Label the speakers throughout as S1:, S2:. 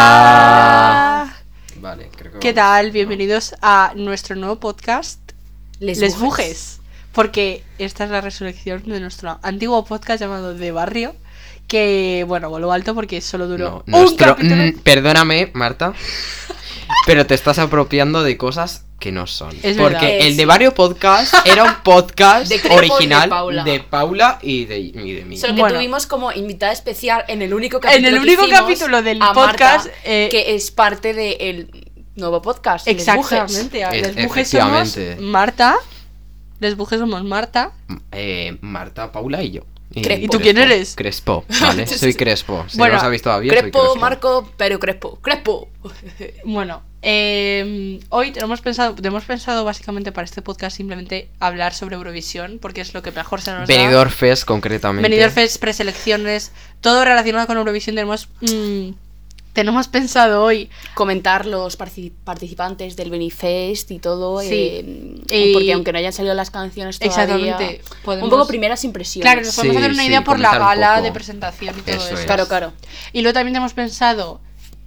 S1: Hola.
S2: Vale, creo que
S1: ¿Qué
S2: vamos.
S1: tal? Bienvenidos a nuestro nuevo podcast, Les, Bujes. Porque esta es la resurrección de nuestro antiguo podcast llamado De Barrio. Que, bueno, voló alto porque solo duró
S2: No, nuestro-
S1: un capítulo.
S2: mm, perdóname, Marta, pero te estás apropiando de cosas que no son.
S1: Es
S2: porque
S1: verdad.
S2: el
S3: Es.
S2: de Barrio Podcast era un podcast
S3: De Crepo y de
S2: original
S3: Paula.
S2: de Paula y de, y de mí.
S3: Solo que
S1: Bueno.
S3: tuvimos como invitada especial en el único capítulo.
S1: el
S3: que
S1: único
S3: hicimos
S1: capítulo del
S3: a Marta,
S1: podcast, eh,
S3: que es parte del nuevo podcast. Les Bujes.
S1: Exactamente.
S2: Es-
S1: Les Bujes somos
S2: efectivamente.
S1: Marta. Les Bujes somos Marta.
S2: Eh, Marta, Paula y yo.
S3: Crespo. ¿Y
S1: tú quién eres?
S2: Crespo, ¿vale? Soy Crespo. Si
S1: Bueno,
S2: no lo habéis todavía, soy
S3: Crespo,
S2: Crespo.
S3: Marco, pero Crespo. Crespo.
S1: Bueno, eh, hoy tenemos pensado, tenemos pensado básicamente para este podcast simplemente hablar sobre Eurovisión, porque es lo que mejor se nos da.
S2: Benidorm Fest, concretamente.
S1: Benidorm Fest, preselecciones, todo relacionado con Eurovisión tenemos, mm, tenemos pensado hoy.
S3: Comentar los parti- participantes del Benifest y todo.
S1: Sí.
S3: eh,
S1: Y-
S3: porque aunque no hayan salido las canciones todavía.
S1: Exactamente, podemos-
S3: Un poco primeras impresiones.
S1: Claro, nos podemos
S2: Sí,
S1: hacer una
S2: sí,
S1: idea por la
S2: comentar un
S1: gala
S2: poco.
S1: de presentación y todo
S2: Eso
S1: eso.
S2: es.
S3: claro, claro.
S1: Y luego también tenemos pensado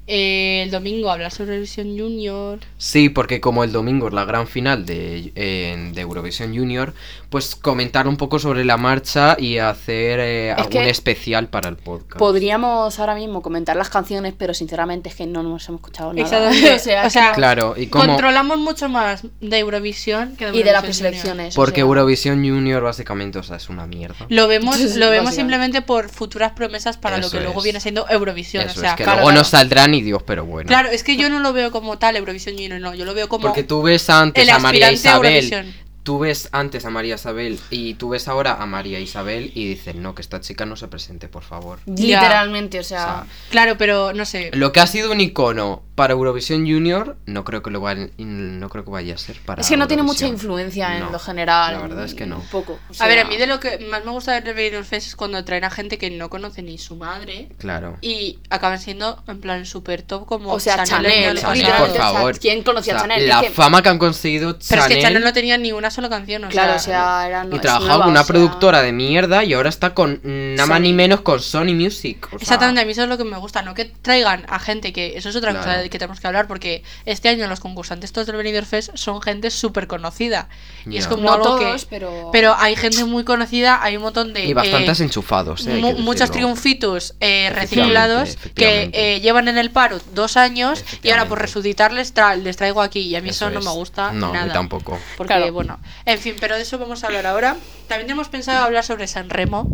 S1: eh, el domingo hablar sobre Eurovisión Junior.
S2: Sí, porque como el domingo es la gran final de, eh, de Eurovisión Junior, pues comentar un poco sobre la marcha y hacer eh,
S3: Es
S2: algún
S3: que
S2: especial para el podcast.
S3: Podríamos ahora mismo comentar las canciones, pero sinceramente es que no nos hemos escuchado nada.
S1: Exactamente.
S3: O sea,
S1: O sea,
S2: Claro, y como...
S1: Controlamos mucho más de Eurovisión que de
S3: y de
S1: Eurovisión
S3: las
S1: Junior.
S3: preselecciones. o
S2: Porque
S3: sea.
S2: Eurovisión Junior básicamente, o sea, es una mierda.
S1: Lo vemos, lo vemos
S3: Básicamente.
S1: simplemente por futuras promesas para lo
S2: Eso
S1: que luego
S2: es.
S1: viene siendo Eurovisión.
S2: Eso
S1: o sea,
S2: es que
S1: claro,
S2: luego
S1: claro.
S2: no saldrá ni Dios, pero bueno.
S1: Claro, es que yo no lo veo como tal Eurovisión Junior, no, yo lo veo como
S2: Porque tú ves antes
S1: el
S2: a María
S1: aspirante a
S2: Isabel.
S1: Eurovisión.
S2: Tú ves antes a María Isabel y tú ves ahora a María Isabel y dices, no, que esta chica no se presente, por favor. O
S3: Literalmente, o sea.
S2: sea,
S1: Claro, pero no sé.
S2: Lo que ha sido un icono para Eurovisión Junior, no creo que lo va- no creo que vaya a ser para.
S3: Es que no tiene mucha
S2: Eurovisión.
S3: influencia en
S2: No,
S3: lo general.
S2: La verdad es que no.
S3: Un poco. o
S1: A
S3: sea,
S1: ver, a mí de lo que más me gusta de Benidorm Fest es cuando traen a gente que no conoce ni su madre
S2: Claro.
S1: y acaban siendo en plan super top como
S3: O sea,
S1: no
S3: Chanel.
S1: lo
S2: Chanel,
S1: tenía.
S2: por
S3: literalmente, o sea,
S2: favor.
S3: ¿Quién conocía
S2: O sea,
S3: a Chanel?
S2: la
S3: Es que-
S2: fama que han conseguido
S1: Pero
S2: Chanel.
S1: es que Chanel no tenía ni una sola canción, o
S3: Claro, o
S1: sea,
S3: sea, era no-
S2: y
S3: es
S2: trabajaba
S3: nueva,
S2: con una
S3: o sea,
S2: productora de mierda y ahora está con mm, nada más
S3: Sony.
S2: ni menos con Sony Music. o sea,
S1: Exactamente, a mí eso es lo que me gusta, no que traigan a gente que. Eso es otra cosa
S2: Claro.
S1: de que tenemos que hablar, porque este año los concursantes todos del Benidorm Fest son gente súper conocida. Y es
S2: Ya.
S1: como
S3: No
S1: algo
S3: todos,
S1: que.
S3: pero-
S1: hay gente muy conocida, hay un montón de.
S2: Y bastantes
S1: eh,
S2: enchufados. eh, hay
S1: mu-
S2: que
S1: muchos
S2: decirlo.
S1: triunfitos eh,
S2: Efectivamente,
S1: reciclados que
S2: efectivamente.
S1: eh, llevan en el paro dos años y ahora por
S2: Efectivamente.
S1: resucitarles tra- les traigo aquí y a mí eso,
S2: Eso
S1: no
S2: es.
S1: me gusta
S2: No, a mí
S1: nada.
S2: tampoco.
S1: Porque,
S3: Claro.
S1: bueno, en fin, pero de eso vamos a hablar ahora. También hemos pensado hablar sobre San Remo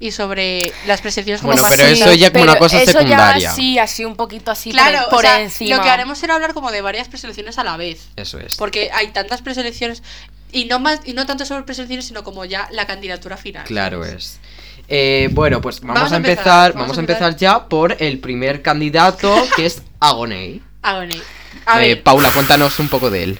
S1: y sobre las preselecciones como
S2: Bueno,
S1: más
S2: pero eso
S1: serias.
S2: ya como una
S3: pero
S2: cosa
S3: eso ya
S2: secundaria.
S3: sí, así un poquito así
S1: Claro,
S3: por, por
S1: o sea,
S3: encima.
S1: lo que haremos será hablar como de varias preselecciones a la vez.
S2: Eso es.
S1: Porque hay tantas preselecciones y no más y no tanto sobre preselecciones, sino como ya la candidatura final.
S2: Claro
S1: ¿sabes?
S2: es. Eh, bueno, pues vamos, a empezar, vamos, a empezar, ya por el primer candidato que es Agoney.
S1: Ah, bueno. A
S2: Eh,
S1: ver,
S2: Paula, cuéntanos un poco de él.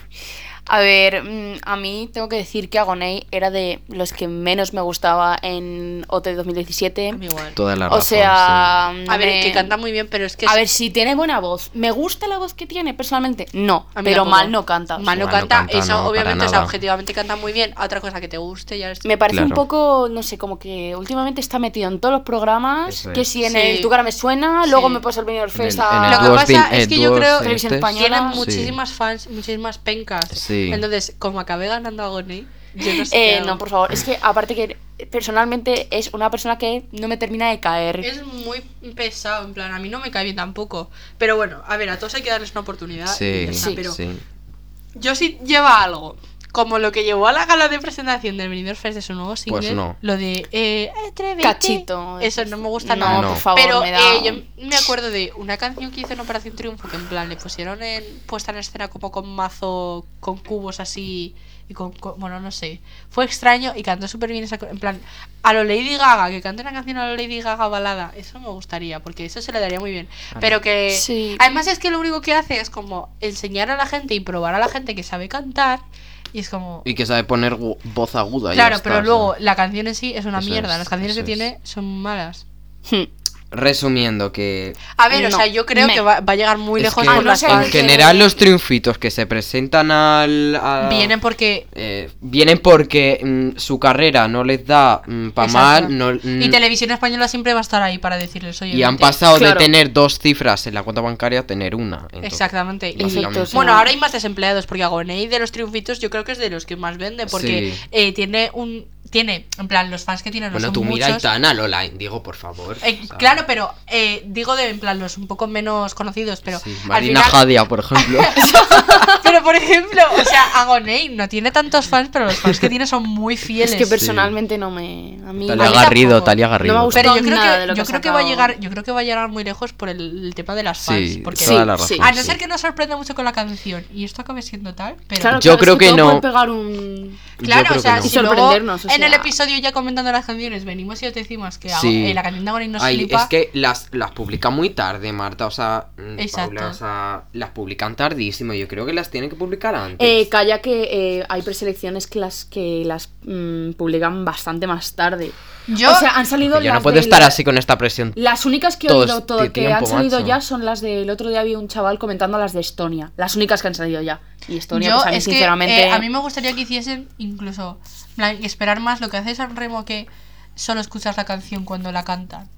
S3: A ver, mm, a mí tengo que decir que Agoney era de los que menos me gustaba en OT 2017.
S1: a mí igual.
S2: Toda la
S3: O
S2: razón.
S3: sea, mm,
S1: A ver,
S3: me-
S1: que canta muy bien, pero es que
S3: a
S1: es-
S3: ver, si tiene buena voz. Me gusta la voz que tiene, personalmente. No,
S1: A mí
S3: pero
S1: tampoco.
S3: mal no canta. o sea.
S1: mal no
S2: Mal no
S1: canta,
S2: canta,
S1: eso
S2: no, para
S1: obviamente, o sea,
S2: nada.
S1: objetivamente canta muy bien. Otra cosa que te guste, ya es-
S3: Me parece un
S2: Claro.
S3: poco, no sé, como que últimamente está metido en todos los programas.
S2: Eso
S3: Que
S2: es.
S3: si en
S1: Sí.
S3: el Tu cara me suena,
S1: Sí.
S3: luego me pasa el Benidorm Fest
S2: en
S3: a-
S2: el
S1: Lo que
S2: dúos
S1: pasa
S2: bin-
S1: es
S2: eh,
S1: que yo
S2: dúos
S1: creo-
S2: en
S3: Televisión
S2: este.
S3: Española.
S1: Tienen
S3: Sí.
S1: muchísimas fans, muchísimas pencas.
S2: Sí.
S1: Entonces, como acabé ganando a Goni, yo no sé. qué
S3: Eh,
S1: hago.
S3: no, por favor. Es que aparte que personalmente es una persona que no me termina de caer.
S1: Es muy pesado, en plan, a mí no me cae bien tampoco. Pero bueno, a ver, a todos hay que darles una oportunidad. y ya
S2: Sí,
S1: está,
S2: sí,
S1: pero
S2: sí.
S1: yo sí lleva algo. Como lo que llevó a la gala de presentación del Benidorm Fest de su nuevo single.
S2: Pues no.
S1: Lo de... Eh, atrévete.
S3: Cachito.
S1: Eso no me gusta
S3: no,
S1: nada.
S2: No.
S3: por favor,
S1: pero
S3: me da...
S1: eh, yo me acuerdo de una canción que hizo en Operación Triunfo que en plan le pusieron en puesta en escena como con mazo, con cubos así y con, con- bueno, no sé. Fue extraño y cantó súper bien esa co- en plan a lo Lady Gaga, que cante una canción a lo Lady Gaga balada, eso me gustaría porque eso se le daría muy bien. Pero que
S3: Sí.
S1: además es que lo único que hace es como enseñar a la gente y probar a la gente que sabe cantar y es como
S2: Y que sabe poner gu- voz aguda. y ya
S1: Claro,
S2: está,
S1: pero
S2: o sea.
S1: luego la canción en sí es una
S2: Eso
S1: mierda,
S2: es,
S1: las canciones que
S2: eso es.
S1: tiene son malas.
S3: Hmm.
S2: Resumiendo que
S1: A ver, o
S3: No,
S1: sea, yo creo
S3: me-
S1: que va, va a llegar muy
S2: es
S1: lejos
S2: que
S1: por
S3: Ah, no
S1: las
S3: sé,
S2: en
S3: que-
S1: fans.
S2: general los triunfitos que se presentan al a-
S1: Vienen porque
S2: eh, vienen porque mm, su carrera no les da para
S1: Exacto.
S2: mal no, mm,
S1: Y Televisión Española siempre va a estar ahí para decirles, oye.
S2: y han
S1: vente".
S2: pasado
S3: Claro.
S2: de tener dos cifras en la cuenta bancaria a tener una. entonces,
S1: Exactamente. Y-
S3: Exacto,
S2: básicamente.
S3: sí.
S1: Bueno, ahora hay más desempleados, porque Agonei de los triunfitos yo creo que es de los que más vende, porque
S2: Sí.
S1: eh, tiene un... Tiene, en plan, los fans que tiene no
S2: Bueno,
S1: son
S2: tú mira a
S1: muchos.
S2: Itana Lolain, digo, por favor.
S1: Eh,
S2: o sea,
S1: claro, pero eh, digo de, en plan, los un poco menos conocidos, pero...
S2: sí,
S1: al
S2: Marina
S1: final-
S2: Jadia, por ejemplo.
S1: Pero, por ejemplo, o sea, Agonei no tiene tantos fans, pero los fans que tiene son muy fieles.
S3: Es que personalmente no me. A
S1: A mí
S2: Talia
S3: mí.
S1: tampoco.
S2: Garrido, Talia Garrido.
S3: No me gusta
S2: también.
S1: Pero yo
S3: No,
S1: creo,
S3: nada
S1: que,
S3: de lo que
S1: yo
S3: ha
S1: creo que va a
S3: sacado.
S1: llegar, yo creo que va a llegar muy lejos por el, el tema de las fans.
S2: Sí,
S1: porque
S2: toda
S3: Sí,
S2: la
S3: Pues sí.
S2: razón.
S1: a no ser
S2: sí.
S1: que nos sorprenda mucho con la canción y esto acabe siendo tal, pero
S2: Yo
S3: Claro, claro, es
S2: creo que
S3: todo
S2: no.
S3: puede pegar un.
S1: Claro,
S2: Yo creo
S1: o sea,
S2: que no.
S3: Y
S1: si luego
S3: sorprendernos, o
S1: en el
S3: sea.
S1: episodio ya comentando las canciones venimos y os decimos que
S2: Sí.
S1: eh, la canción de Agonín nos
S2: Ay,
S1: flipa,
S2: es que las, las publica muy tarde, Marta. O sea, mm,
S1: Exacto.
S2: Paula, o sea, las publican tardísimo. Yo creo que las tienen que publicar antes.
S3: Eh, calla que eh, hay preselecciones que las, que las mm, publican bastante más tarde.
S1: yo
S3: o sea, han salido
S2: yo
S3: las
S2: no puedo
S3: de
S2: estar
S3: la-
S2: así con esta presión.
S3: Las únicas que he
S2: Todo
S3: oído
S2: este
S3: todo, que
S2: tiempo,
S3: han salido
S2: macho.
S3: ya son las del otro día había un chaval comentando las de Estonia. Las únicas que han salido ya. Y Estonia,
S1: yo
S3: pues a mí,
S1: es que
S3: sinceramente.
S1: eh, a mí me gustaría que hiciesen incluso en plan, esperar más lo que hace San Remo que solo escuchas la canción cuando la cantan.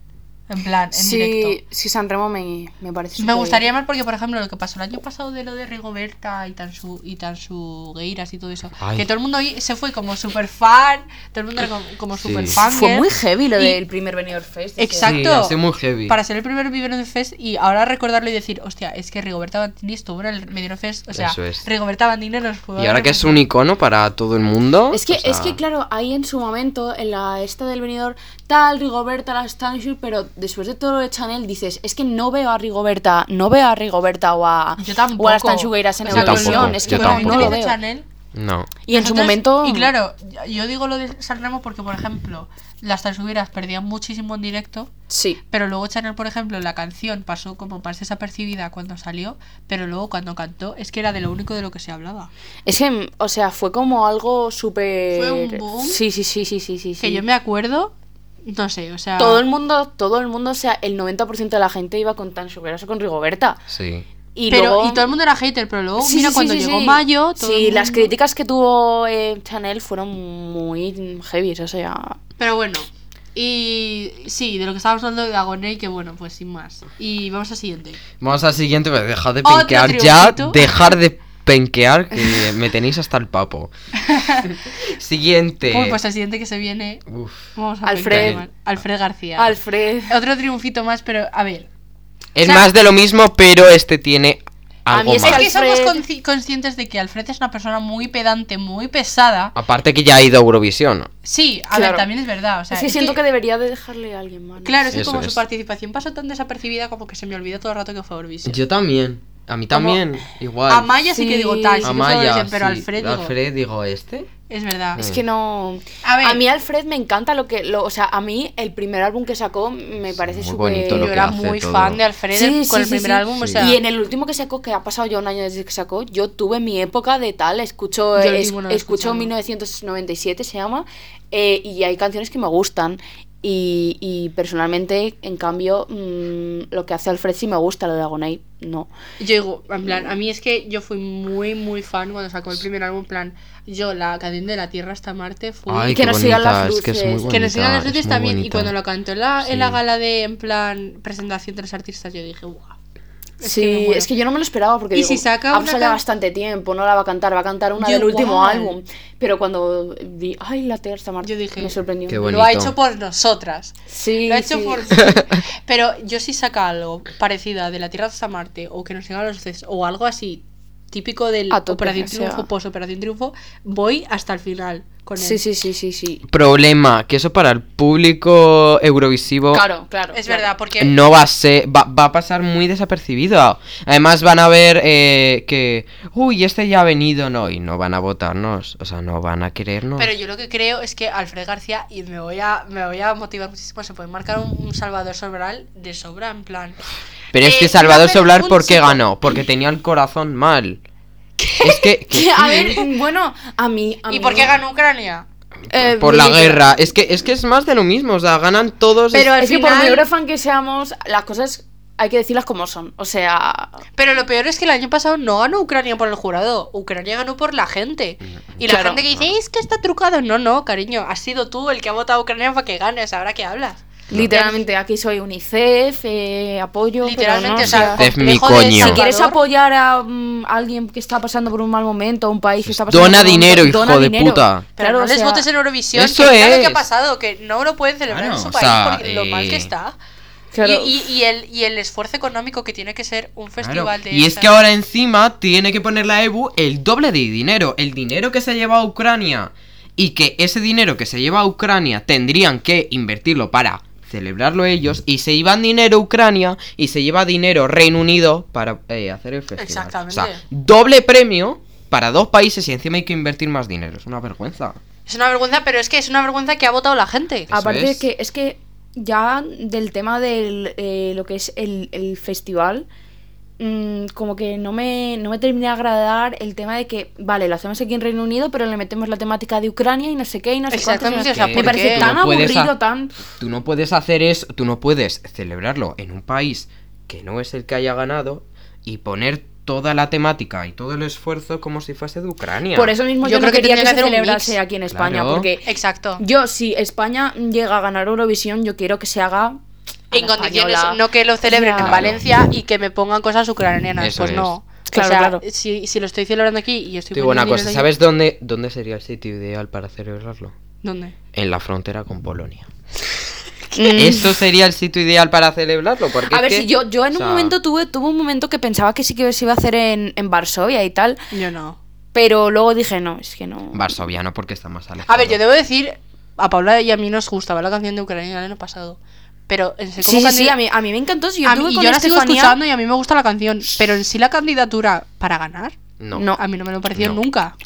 S1: En plan, en
S3: sí,
S1: directo.
S3: sí, Sanremo me, me parece
S1: Me
S3: súper-
S1: gustaría más porque, por ejemplo, lo que pasó el año pasado de lo de Rigoberta y Tansu, y Tansu Gueiras y todo eso,
S2: Ay.
S1: que todo el mundo ahí se fue como super fan, todo el mundo era como, como
S2: Sí.
S1: super fan.
S3: Fue muy heavy lo
S1: Y-
S3: del primer Benidorm Fest.
S1: Exacto.
S2: Sí, ha sido muy heavy.
S1: para ser el primer Benidorm Fest y ahora recordarlo y decir, hostia, es que Rigoberta Bandini estuvo en el Benidorm Fest, o sea,
S2: Eso es.
S1: Rigoberta Bandini nos fue
S2: Y ahora que es un icono para todo el mundo.
S3: Es que,
S2: o sea,
S3: es que claro, ahí en su momento, en la esta del venidor, tal, Rigoberta, la Stanshire, pero después de todo lo de Chanel dices, es que no veo a Rigoberta, no veo a Rigoberta o a,
S1: Yo tampoco.
S3: o a la Stanshigueiras en
S1: O sea,
S2: Yo
S3: Eurovisión,
S2: tampoco,
S3: es que
S2: yo
S1: con el
S3: no
S2: tampoco.
S3: lo
S1: nombre de
S3: veo.
S1: Chanel,
S2: No.
S3: Y en su
S1: nosotros-
S3: momento...
S1: Y claro, yo digo lo de San Remo porque, por ejemplo, las Tansugueras perdían muchísimo en directo.
S3: Sí.
S1: Pero luego Chanel, por ejemplo, la canción pasó como más desapercibida cuando salió, pero luego cuando cantó es que era de lo único de lo que se hablaba.
S3: Es que, o sea, fue como algo súper...
S1: Fue un boom.
S3: Sí, sí, sí, sí, sí, sí.
S1: Que
S3: sí.
S1: yo me acuerdo, no sé, o sea...
S3: Todo el mundo, todo el mundo, o sea, el 90% de la gente iba con Stanshigueiras o con Rigoberta.
S2: Sí.
S3: Y
S1: pero,
S3: luego...
S1: y todo el mundo era hater, pero luego
S3: Sí,
S1: mira
S3: sí, sí,
S1: cuando
S3: sí,
S1: llegó
S3: sí.
S1: mayo... todo
S3: sí,
S1: el
S3: las
S1: mundo-
S3: críticas que tuvo eh, Chanel fueron muy heavy, o sea...
S1: Pero bueno, y sí, de lo que estábamos hablando de Agoné, que bueno, pues sin más. Y vamos al siguiente.
S2: Vamos al siguiente, pero dejad de
S1: Otro
S2: penquear ya.
S1: triunfito.
S2: Dejar de penquear, que me tenéis hasta el papo. siguiente.
S1: Uy, pues al siguiente que se viene,
S2: Uf.
S1: vamos a
S3: Alfred.
S1: pensar. Alfred García.
S3: Alfred.
S1: Otro triunfito más, pero a ver.
S2: Es
S1: O sea-
S2: más de lo mismo, pero este tiene
S3: A
S2: algo
S3: mí es
S2: más.
S1: Es que somos
S3: Alfred.
S1: consci- conscientes de que Alfred es una persona muy pedante, muy pesada.
S2: Aparte que ya ha ido a Eurovisión.
S1: Sí, a
S3: Claro.
S1: ver, también es verdad. O sea,
S3: es que
S1: es
S3: siento
S1: que-
S3: que... debería de dejarle a alguien más. ¿no?
S1: Claro, es que
S2: Eso
S1: como
S2: es.
S1: su participación pasó tan desapercibida como que se me olvidó todo el rato que fue Eurovisision.
S2: Yo también. A mí
S1: Como-
S2: también. Igual.
S1: A Maya sí. que
S3: Sí.
S1: digo tal, sí que fue
S2: Amaya,
S1: Eurovisión, pero
S2: sí.
S1: Alfred, digo,
S2: Alfred, digo, ¿este?
S1: es verdad.
S3: Es que no.
S1: A ver.
S3: mí Alfred me encanta lo que, lo, o sea, a mí el primer álbum que sacó me parece
S2: muy
S3: súper.
S2: bonito lo
S1: yo
S2: que
S1: era
S2: hace
S1: muy
S2: todo.
S1: fan de Alfred
S3: Sí,
S1: con
S3: sí,
S1: el
S3: sí,
S1: primer
S3: sí.
S1: álbum, o
S2: Sí.
S1: sea,
S3: Y en el último que sacó, que ha pasado ya un año desde que sacó, yo tuve mi época de tal, escucho, eh,
S1: Yo el
S3: es-
S1: último no lo he
S3: escucho
S1: escuchado.
S3: 1997 se llama, eh, y hay canciones que me gustan. Y, y personalmente, en cambio, mm, lo que hace Alfred sí me gusta, lo de Agonay no.
S1: yo digo, en plan, a mí es que yo fui muy, muy fan cuando sacó el primer álbum, en plan, yo la canción de la Tierra hasta Marte fue...
S2: Ay,
S3: que
S2: qué
S3: nos
S2: bonita,
S3: sigan las
S2: es que es muy
S3: luces.
S1: que nos
S2: bonita,
S1: sigan las
S2: es
S1: luces
S2: muy
S1: también, y
S2: bonita.
S1: cuando lo cantó en la, en la
S2: Sí.
S1: gala de, en plan, presentación de los artistas, yo dije, guau. Es
S3: sí,
S1: que me muero.
S3: es que yo no me lo esperaba porque
S1: Y
S3: digo,
S1: si saca
S3: ha
S1: una
S3: pasado ya
S1: can-
S3: bastante tiempo, no la va a cantar, va a cantar una
S1: Yo
S3: del último
S1: igual.
S3: álbum. Pero cuando vi, ay, la tercera marcha,
S1: Yo dije,
S3: me sorprendió.
S2: Qué bueno.
S1: Lo ha
S2: bonito.
S1: hecho por nosotras.
S3: Sí,
S1: Lo ha hecho
S3: sí.
S1: por. Pero yo sí saca algo parecido a de la Tierra hasta Marte o que nos sigan los luces o algo así típico del
S3: A tope,
S1: Operación
S3: o sea.
S1: Triunfo, post Operación Triunfo, voy hasta el final con él.
S3: Sí, sí, sí, sí, sí.
S2: Problema, que eso para el público eurovisivo
S3: Claro, claro.
S1: Es
S3: claro.
S1: verdad, porque
S2: no va a ser, va, va a pasar muy desapercibido. Además van a ver eh, que, uy, este ya ha venido, no, y no van a votarnos, o sea, no van a querernos.
S1: Pero yo lo que creo es que Alfred García, y me voy a, me voy a motivar muchísimo, se puede marcar un, un Salvador Sobral de sobra, en plan.
S2: Pero es
S1: Eh,
S2: que
S1: no
S2: Salvador
S1: me-
S2: Soblar,
S1: un
S2: ¿por qué
S1: chico-
S2: ganó? Porque tenía el corazón mal. Es que...
S3: a ver, bueno, a mí. a
S1: ¿Y
S3: mí-
S1: por qué ganó Ucrania?
S3: Eh,
S2: por la
S3: Miguel,
S2: guerra. Es que, es que es más de lo mismo, o sea, ganan todos.
S1: Pero
S2: es-
S1: al
S3: Es que por
S1: final-
S3: muy eurofan que seamos, las cosas hay que decirlas como son. O sea,
S1: Pero lo peor es que el año pasado no ganó Ucrania por el jurado, Ucrania ganó por la gente. Y la
S3: Claro.
S1: gente que dice, es que está trucado. No, no, cariño, has sido tú el que ha votado a Ucrania para que ganes, ahora que hablas.
S3: literalmente aquí soy UNICEF, eh, apoyo. pero
S1: Literalmente,
S3: no,
S1: o sea,
S2: Def mi
S1: complejo de
S2: coño.
S3: Si quieres
S1: Salvador,
S3: apoyar a mm, alguien que está pasando por un mal momento, a un país que está pasando
S2: Dona
S3: por un mal
S2: dinero,
S3: momento,
S2: hijo de puta.
S1: Pero
S3: Claro,
S1: no
S3: o
S1: les
S3: sea,
S1: votes en Eurovisión,
S2: Eso
S1: que mira lo que
S2: es.
S1: ha pasado, que no lo pueden celebrar
S2: Claro,
S1: en su
S2: o
S1: país
S2: sea,
S1: porque lo mal que
S2: eh,
S1: está.
S3: claro,
S1: Y, y- y el, y el esfuerzo económico que tiene que ser un festival
S2: Claro,
S1: de...
S2: Y es
S1: esas-
S2: que ahora encima tiene que poner la EBU el doble de dinero. El dinero que se lleva a Ucrania. Y que ese dinero que se lleva a Ucrania tendrían que invertirlo para celebrarlo ellos. Y se llevan dinero Ucrania y se lleva dinero Reino Unido para eh, hacer el festival.
S1: Exactamente.
S2: O sea, doble premio para dos países y encima hay que invertir más dinero. Es una vergüenza.
S1: Es una vergüenza, pero es que es una vergüenza que ha votado la gente.
S2: Ah,
S3: aparte
S2: es.
S3: es que es que ya del tema de lo que es el, el festival, mm, como que no me, no me termina de agradar el tema de que, vale, lo hacemos aquí en Reino Unido, pero le metemos la temática de Ucrania y no sé qué y no sé cuánto.
S1: Exactamente,
S3: no sé
S1: o sea,
S3: qué.
S1: ¿por
S3: me
S1: qué?
S3: parece
S2: Tú
S3: tan
S2: no puedes
S3: aburrido,
S2: ha-
S3: tan...
S2: Tú no puedes hacer eso, tú no puedes celebrarlo en un país que no es el que haya ganado y poner toda la temática y todo el esfuerzo como si fuese de Ucrania.
S3: Por eso mismo
S1: Yo
S3: yo,
S1: creo
S3: no
S1: que
S3: quería que,
S1: tendría
S3: se
S1: que hacer un
S3: celebrase
S1: mix.
S3: aquí en España,
S2: Claro.
S3: porque
S1: Exacto.
S3: yo, si España llega a ganar Eurovisión, yo quiero que se haga a
S1: en
S3: la
S1: condiciones,
S3: española.
S1: no que lo celebren
S3: Claro.
S1: en Valencia y que me pongan cosas ucranianas,
S2: Eso
S1: pues
S2: es.
S1: no. o
S3: Claro,
S1: sea,
S3: claro.
S1: Si, si lo estoy celebrando aquí y estoy
S2: Te digo una
S1: poniendo
S2: cosa,
S1: dinero
S2: pues, ¿sabes dónde, dónde sería el sitio ideal para celebrarlo?
S1: allí- ¿Dónde?
S2: En la frontera con Polonia.
S3: Mm.
S2: Esto sería el sitio ideal para celebrarlo, porque
S3: A
S2: es
S3: ver,
S2: que,
S3: si yo, yo
S2: o
S3: en un
S2: sea,
S3: momento tuve, tuve un momento que pensaba que sí que se iba a hacer en, en Varsovia y tal,
S1: Yo no.
S3: pero luego dije, no, es que no.
S2: Varsovia no, porque está más alejado.
S1: A ver, yo debo decir, a Paula y a mí nos gustaba la canción de Ucrania el año pasado. Pero en sí,
S3: Sí,
S1: como
S3: sí, sí,
S1: candid-
S3: a mí, a mí me encantó. si yo
S1: a mí-
S3: tuve
S1: y
S3: con este
S1: yo la sigo
S3: Estefanía-
S1: escuchando y a mí me gusta la canción. Pero en sí la candidatura para ganar,
S2: No.
S3: No.
S1: a mí no me lo pareció
S2: No.
S1: nunca.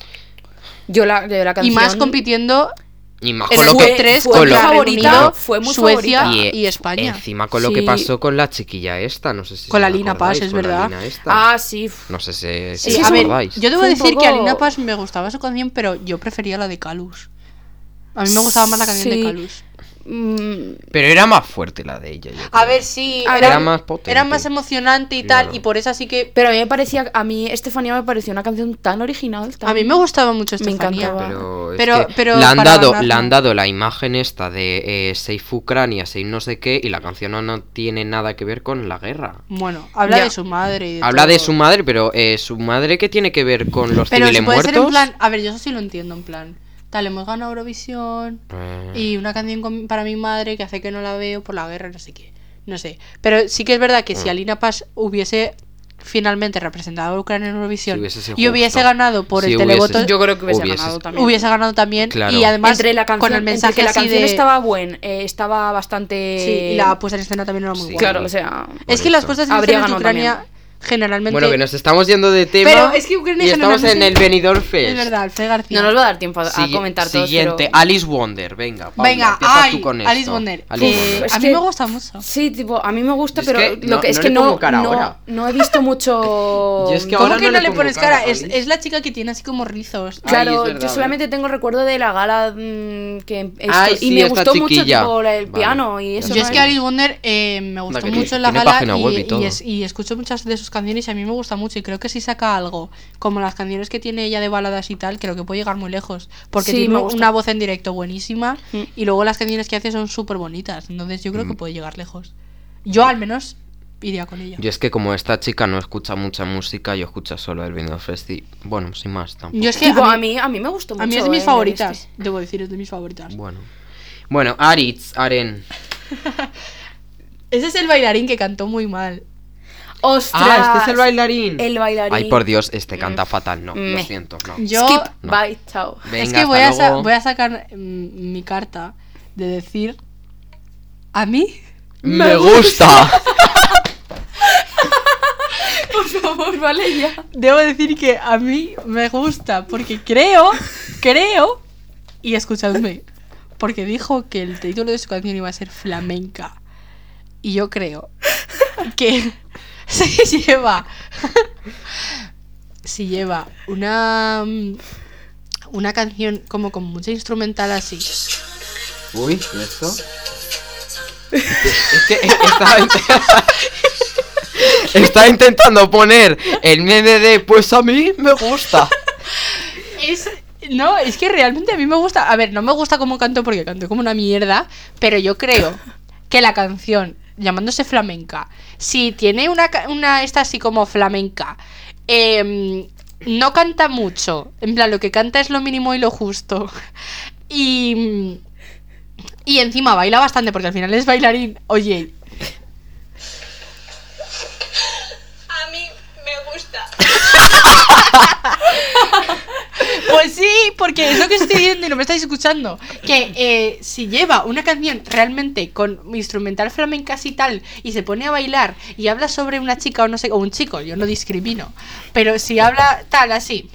S3: Yo la, yo la
S1: Y
S3: canción.
S1: más compitiendo
S2: Y más
S1: en
S2: Ah, con lo
S1: fue
S3: e-
S2: que...
S1: tres
S2: con
S1: contra
S2: lo-
S1: favorita,
S2: con lo-
S3: fue muy
S1: Suecia
S3: favorita.
S1: Ah, y,
S2: es-
S1: España.
S2: Encima con lo que
S3: Sí.
S2: pasó con la chiquilla esta, no sé si
S1: Con la
S2: os
S1: Lina
S2: acordáis,
S1: Paz, es
S2: con la
S1: verdad.
S2: Lina esta.
S3: Ah, sí. f-
S2: No sé si, si
S1: Sí,
S3: Sí,
S2: os
S1: a
S3: sí,
S1: ver,
S2: acordáis.
S1: yo debo
S3: Fue un
S1: decir que a
S3: poco-
S1: Lina Paz me gustaba su canción, pero yo prefería la de Calus. A mí me gustaba más la canción de
S3: Sí.
S1: Calus.
S3: mm,
S2: Pero era más fuerte la de ella. yo
S1: A
S2: creo.
S1: ver, sí,
S3: A
S1: era,
S3: ver,
S2: era más potente.
S1: era más emocionante y
S2: Claro.
S1: tal, y por eso así que...
S3: pero a mí me parecía, a mí Estefanía me pareció una canción tan original. tan-
S1: A mí me gustaba mucho
S3: Me
S1: Estefanía.
S3: encantaba.
S2: Pero, es
S1: Pero-
S2: que
S1: pero
S2: le, han
S1: para
S2: dado,
S1: ganar,
S2: le han
S1: no.
S2: dado la imagen esta de eh, Safe Ucrania, Safe no sé qué, y la canción no, no tiene nada que ver con la guerra.
S1: Bueno, habla
S3: Ya.
S1: de su madre y de
S2: Habla
S1: todo.
S2: de su madre, pero eh, su madre que tiene que ver con los
S1: Pero
S2: civiles
S1: se puede
S2: muertos.
S1: ser en plan... A ver, yo eso sí lo entiendo, en plan... Tal, hemos ganado Eurovisión
S2: Eh,
S1: y una canción con- para mi madre que hace que no la veo por la guerra, no sé qué. No sé. Pero sí que es verdad que
S2: Mm.
S1: si Alina Paz hubiese finalmente representado a Ucrania en Eurovisión
S2: Si hubiese sido
S1: y hubiese
S2: justo.
S1: ganado por
S2: Si
S1: el
S2: hubiese-
S1: televoto,
S3: Yo creo que hubiese,
S2: Hubiese-
S3: ganado también.
S1: hubiese ganado también
S2: Claro.
S1: y además
S3: entre la canción,
S1: con el mensaje
S3: entre que la
S1: así
S3: canción
S1: de
S3: estaba buena, estaba bastante.
S1: sí, y la pues, puesta en escena también era muy
S2: Sí.
S1: guay.
S3: Claro, o sea.
S2: por
S1: Es que las
S2: eso.
S1: puestas en escena
S3: Habría
S1: de
S3: ganado
S1: Ucrania generalmente
S2: Bueno, que nos estamos yendo de tema.
S1: Pero es que Ucrania
S2: y estamos en
S1: generalmente-
S2: el Benidorm Fest.
S1: es verdad, Alfred García.
S3: No nos va a dar tiempo a, a
S2: Sigui-
S3: comentar todo
S2: Siguiente, Alice Wonder, venga. Paula,
S1: Venga,
S2: empieza
S1: ay,
S2: tú con
S1: Alice
S2: esto.
S1: Wonder.
S2: Alice
S1: Eh,
S2: Wonder.
S3: Es
S1: a mí
S3: que-
S1: me gusta mucho.
S3: Sí, tipo, a mí me gusta,
S2: Es
S3: pero
S2: que
S3: lo
S2: no-
S3: que es
S2: no
S3: que
S2: le pongo
S3: no,
S2: cara
S3: no,
S2: ahora.
S3: no he visto mucho.
S2: Yo es que
S1: ¿Cómo
S2: ahora
S1: que
S2: no
S1: no,
S2: le
S1: le pones
S2: pongo cara,
S1: cara? Es,
S2: Alice.
S1: es la chica que tiene así como rizos.
S2: Ay, es
S3: Claro,
S2: verdad,
S3: yo
S2: ¿eh?
S3: solamente tengo recuerdo de la gala mm, que esto-
S2: Ay, sí,
S3: y me
S2: esta
S3: gustó mucho
S2: chiquilla.
S3: tipo, la- el
S2: Vale.
S3: piano y eso.
S1: Yo es
S3: ¿no?
S1: que Alice Wonder eh, me
S2: que
S1: gustó
S2: tiene-
S1: mucho en la
S2: tiene
S1: gala
S2: página web y
S1: y,
S2: todo.
S1: es- y escucho muchas de sus canciones y a mí me gusta mucho y creo que si saca algo, como las canciones que tiene ella de baladas y tal, creo que puede llegar muy lejos porque
S3: Sí,
S1: tiene
S3: me gusta.
S1: una voz en directo buenísima
S3: Mm.
S1: y luego las canciones que hace son súper bonitas, entonces yo creo que
S2: Mm.
S1: puede llegar lejos. Yo al menos iría con ella.
S2: Yo es que como esta chica no escucha mucha música, yo escucho solo el Benidorm Fest y... Bueno, sin más tampoco.
S1: Yo es que
S3: Tipo,
S1: a
S3: a,
S1: mí,
S3: mí, a mí me gustó mucho.
S1: a mí es de mis
S3: eh,
S1: favoritas,
S3: este.
S1: debo decir, es de mis favoritas.
S2: Bueno. Bueno, Aritz, Aren.
S1: Ese es el bailarín que cantó muy mal.
S3: Ostras.
S2: Ah, este es el bailarín.
S3: El bailarín.
S2: Ay, por Dios, este canta fatal. No, lo
S3: Me.
S2: siento, no.
S1: Yo
S3: Skip,
S2: Ah, No.
S3: bye, chao.
S2: Venga,
S1: Mm. es que
S2: hasta
S1: voy a, sa-
S2: luego.
S1: voy a sacar mm, mi carta de decir a mí.
S2: ¡Me gusta!
S3: Por favor, vale ya.
S1: Debo decir que a mí me gusta porque creo, creo y escuchadme, porque dijo que el título de su canción iba a ser flamenca y yo creo que si lleva si lleva una mm, una canción como con mucha instrumental así.
S2: Uy, ¿y esto? Es que, es que estaba, inte- estaba intentando poner el meme de pues a mí me gusta.
S1: Es, no, es que realmente a mí me gusta. A ver, no me gusta cómo canto porque canto como una mierda, pero yo creo que la canción, llamándose flamenca, si tiene una, ca- una esta así como flamenca, em, no canta mucho. En plan, lo que canta es lo mínimo y lo justo. Y. Y encima baila bastante porque al final es bailarín. Oye,
S4: A mí me gusta.
S1: Pues sí, porque es lo que estoy diciendo y no me estáis escuchando. Que eh, si lleva una canción realmente con instrumental flamenca y tal, y se pone a bailar y habla sobre una chica o no sé, o un chico, yo no discrimino. Pero si habla tal así,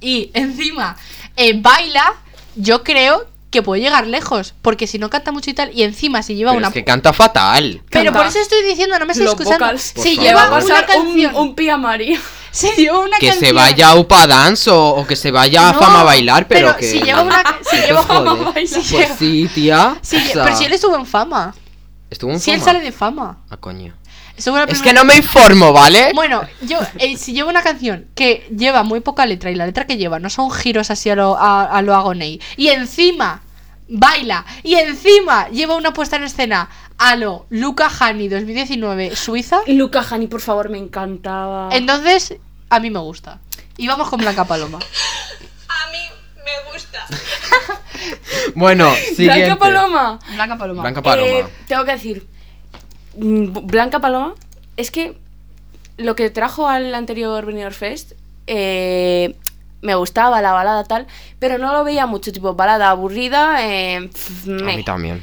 S1: y encima eh, baila, yo creo que puede llegar lejos. Porque si no canta mucho y tal, y encima si lleva
S2: Pero
S1: una.
S2: es que canta fatal.
S1: Pero
S3: Canta.
S1: por eso estoy diciendo, no me estáis
S3: Los
S1: escuchando.
S3: vocals.
S2: Por
S1: Si
S2: favor.
S1: lleva
S2: Va a
S1: una
S3: pasar un,
S1: canción.
S3: un pía María.
S1: Si lleva una
S2: Que
S1: canción.
S2: se vaya a Upa Dance o, o que se vaya a
S1: No,
S2: Fama a bailar, pero,
S1: pero
S2: que.
S1: si lleva una- si
S2: Eso
S1: lleva
S2: es
S3: Fama a
S2: joder.
S3: bailar.
S1: Si
S2: Pues
S1: lleva-
S2: sí, tía.
S1: Sí,
S2: o sea,
S1: pero si él estuvo en fama.
S2: Estuvo en
S1: Si él
S2: Fama.
S1: sale de fama.
S2: Ah, coño.
S1: Estuvo en la
S2: Es que
S1: primera-
S2: no me informo, ¿vale?
S1: Bueno, yo, eh, si lleva una canción que lleva muy poca letra y la letra que lleva no son giros así a lo, a, a lo Agoney, y encima baila, y encima lleva una puesta en escena a lo Luca Hani 2019 Suiza,
S3: Luca Hani, por favor, me encantaba.
S1: entonces a mí me gusta. Y vamos con Blanca Paloma.
S4: A mí me gusta.
S2: Bueno, siguiente.
S3: Blanca Paloma.
S1: Blanca Paloma.
S2: Blanca Paloma.
S3: Eh, tengo que decir, mm, B- Blanca Paloma es que lo que trajo al anterior Benidorm Fest eh, me gustaba la balada tal, pero no lo veía mucho, tipo balada aburrida. eh, pf,
S2: A
S3: meh.
S2: mí también.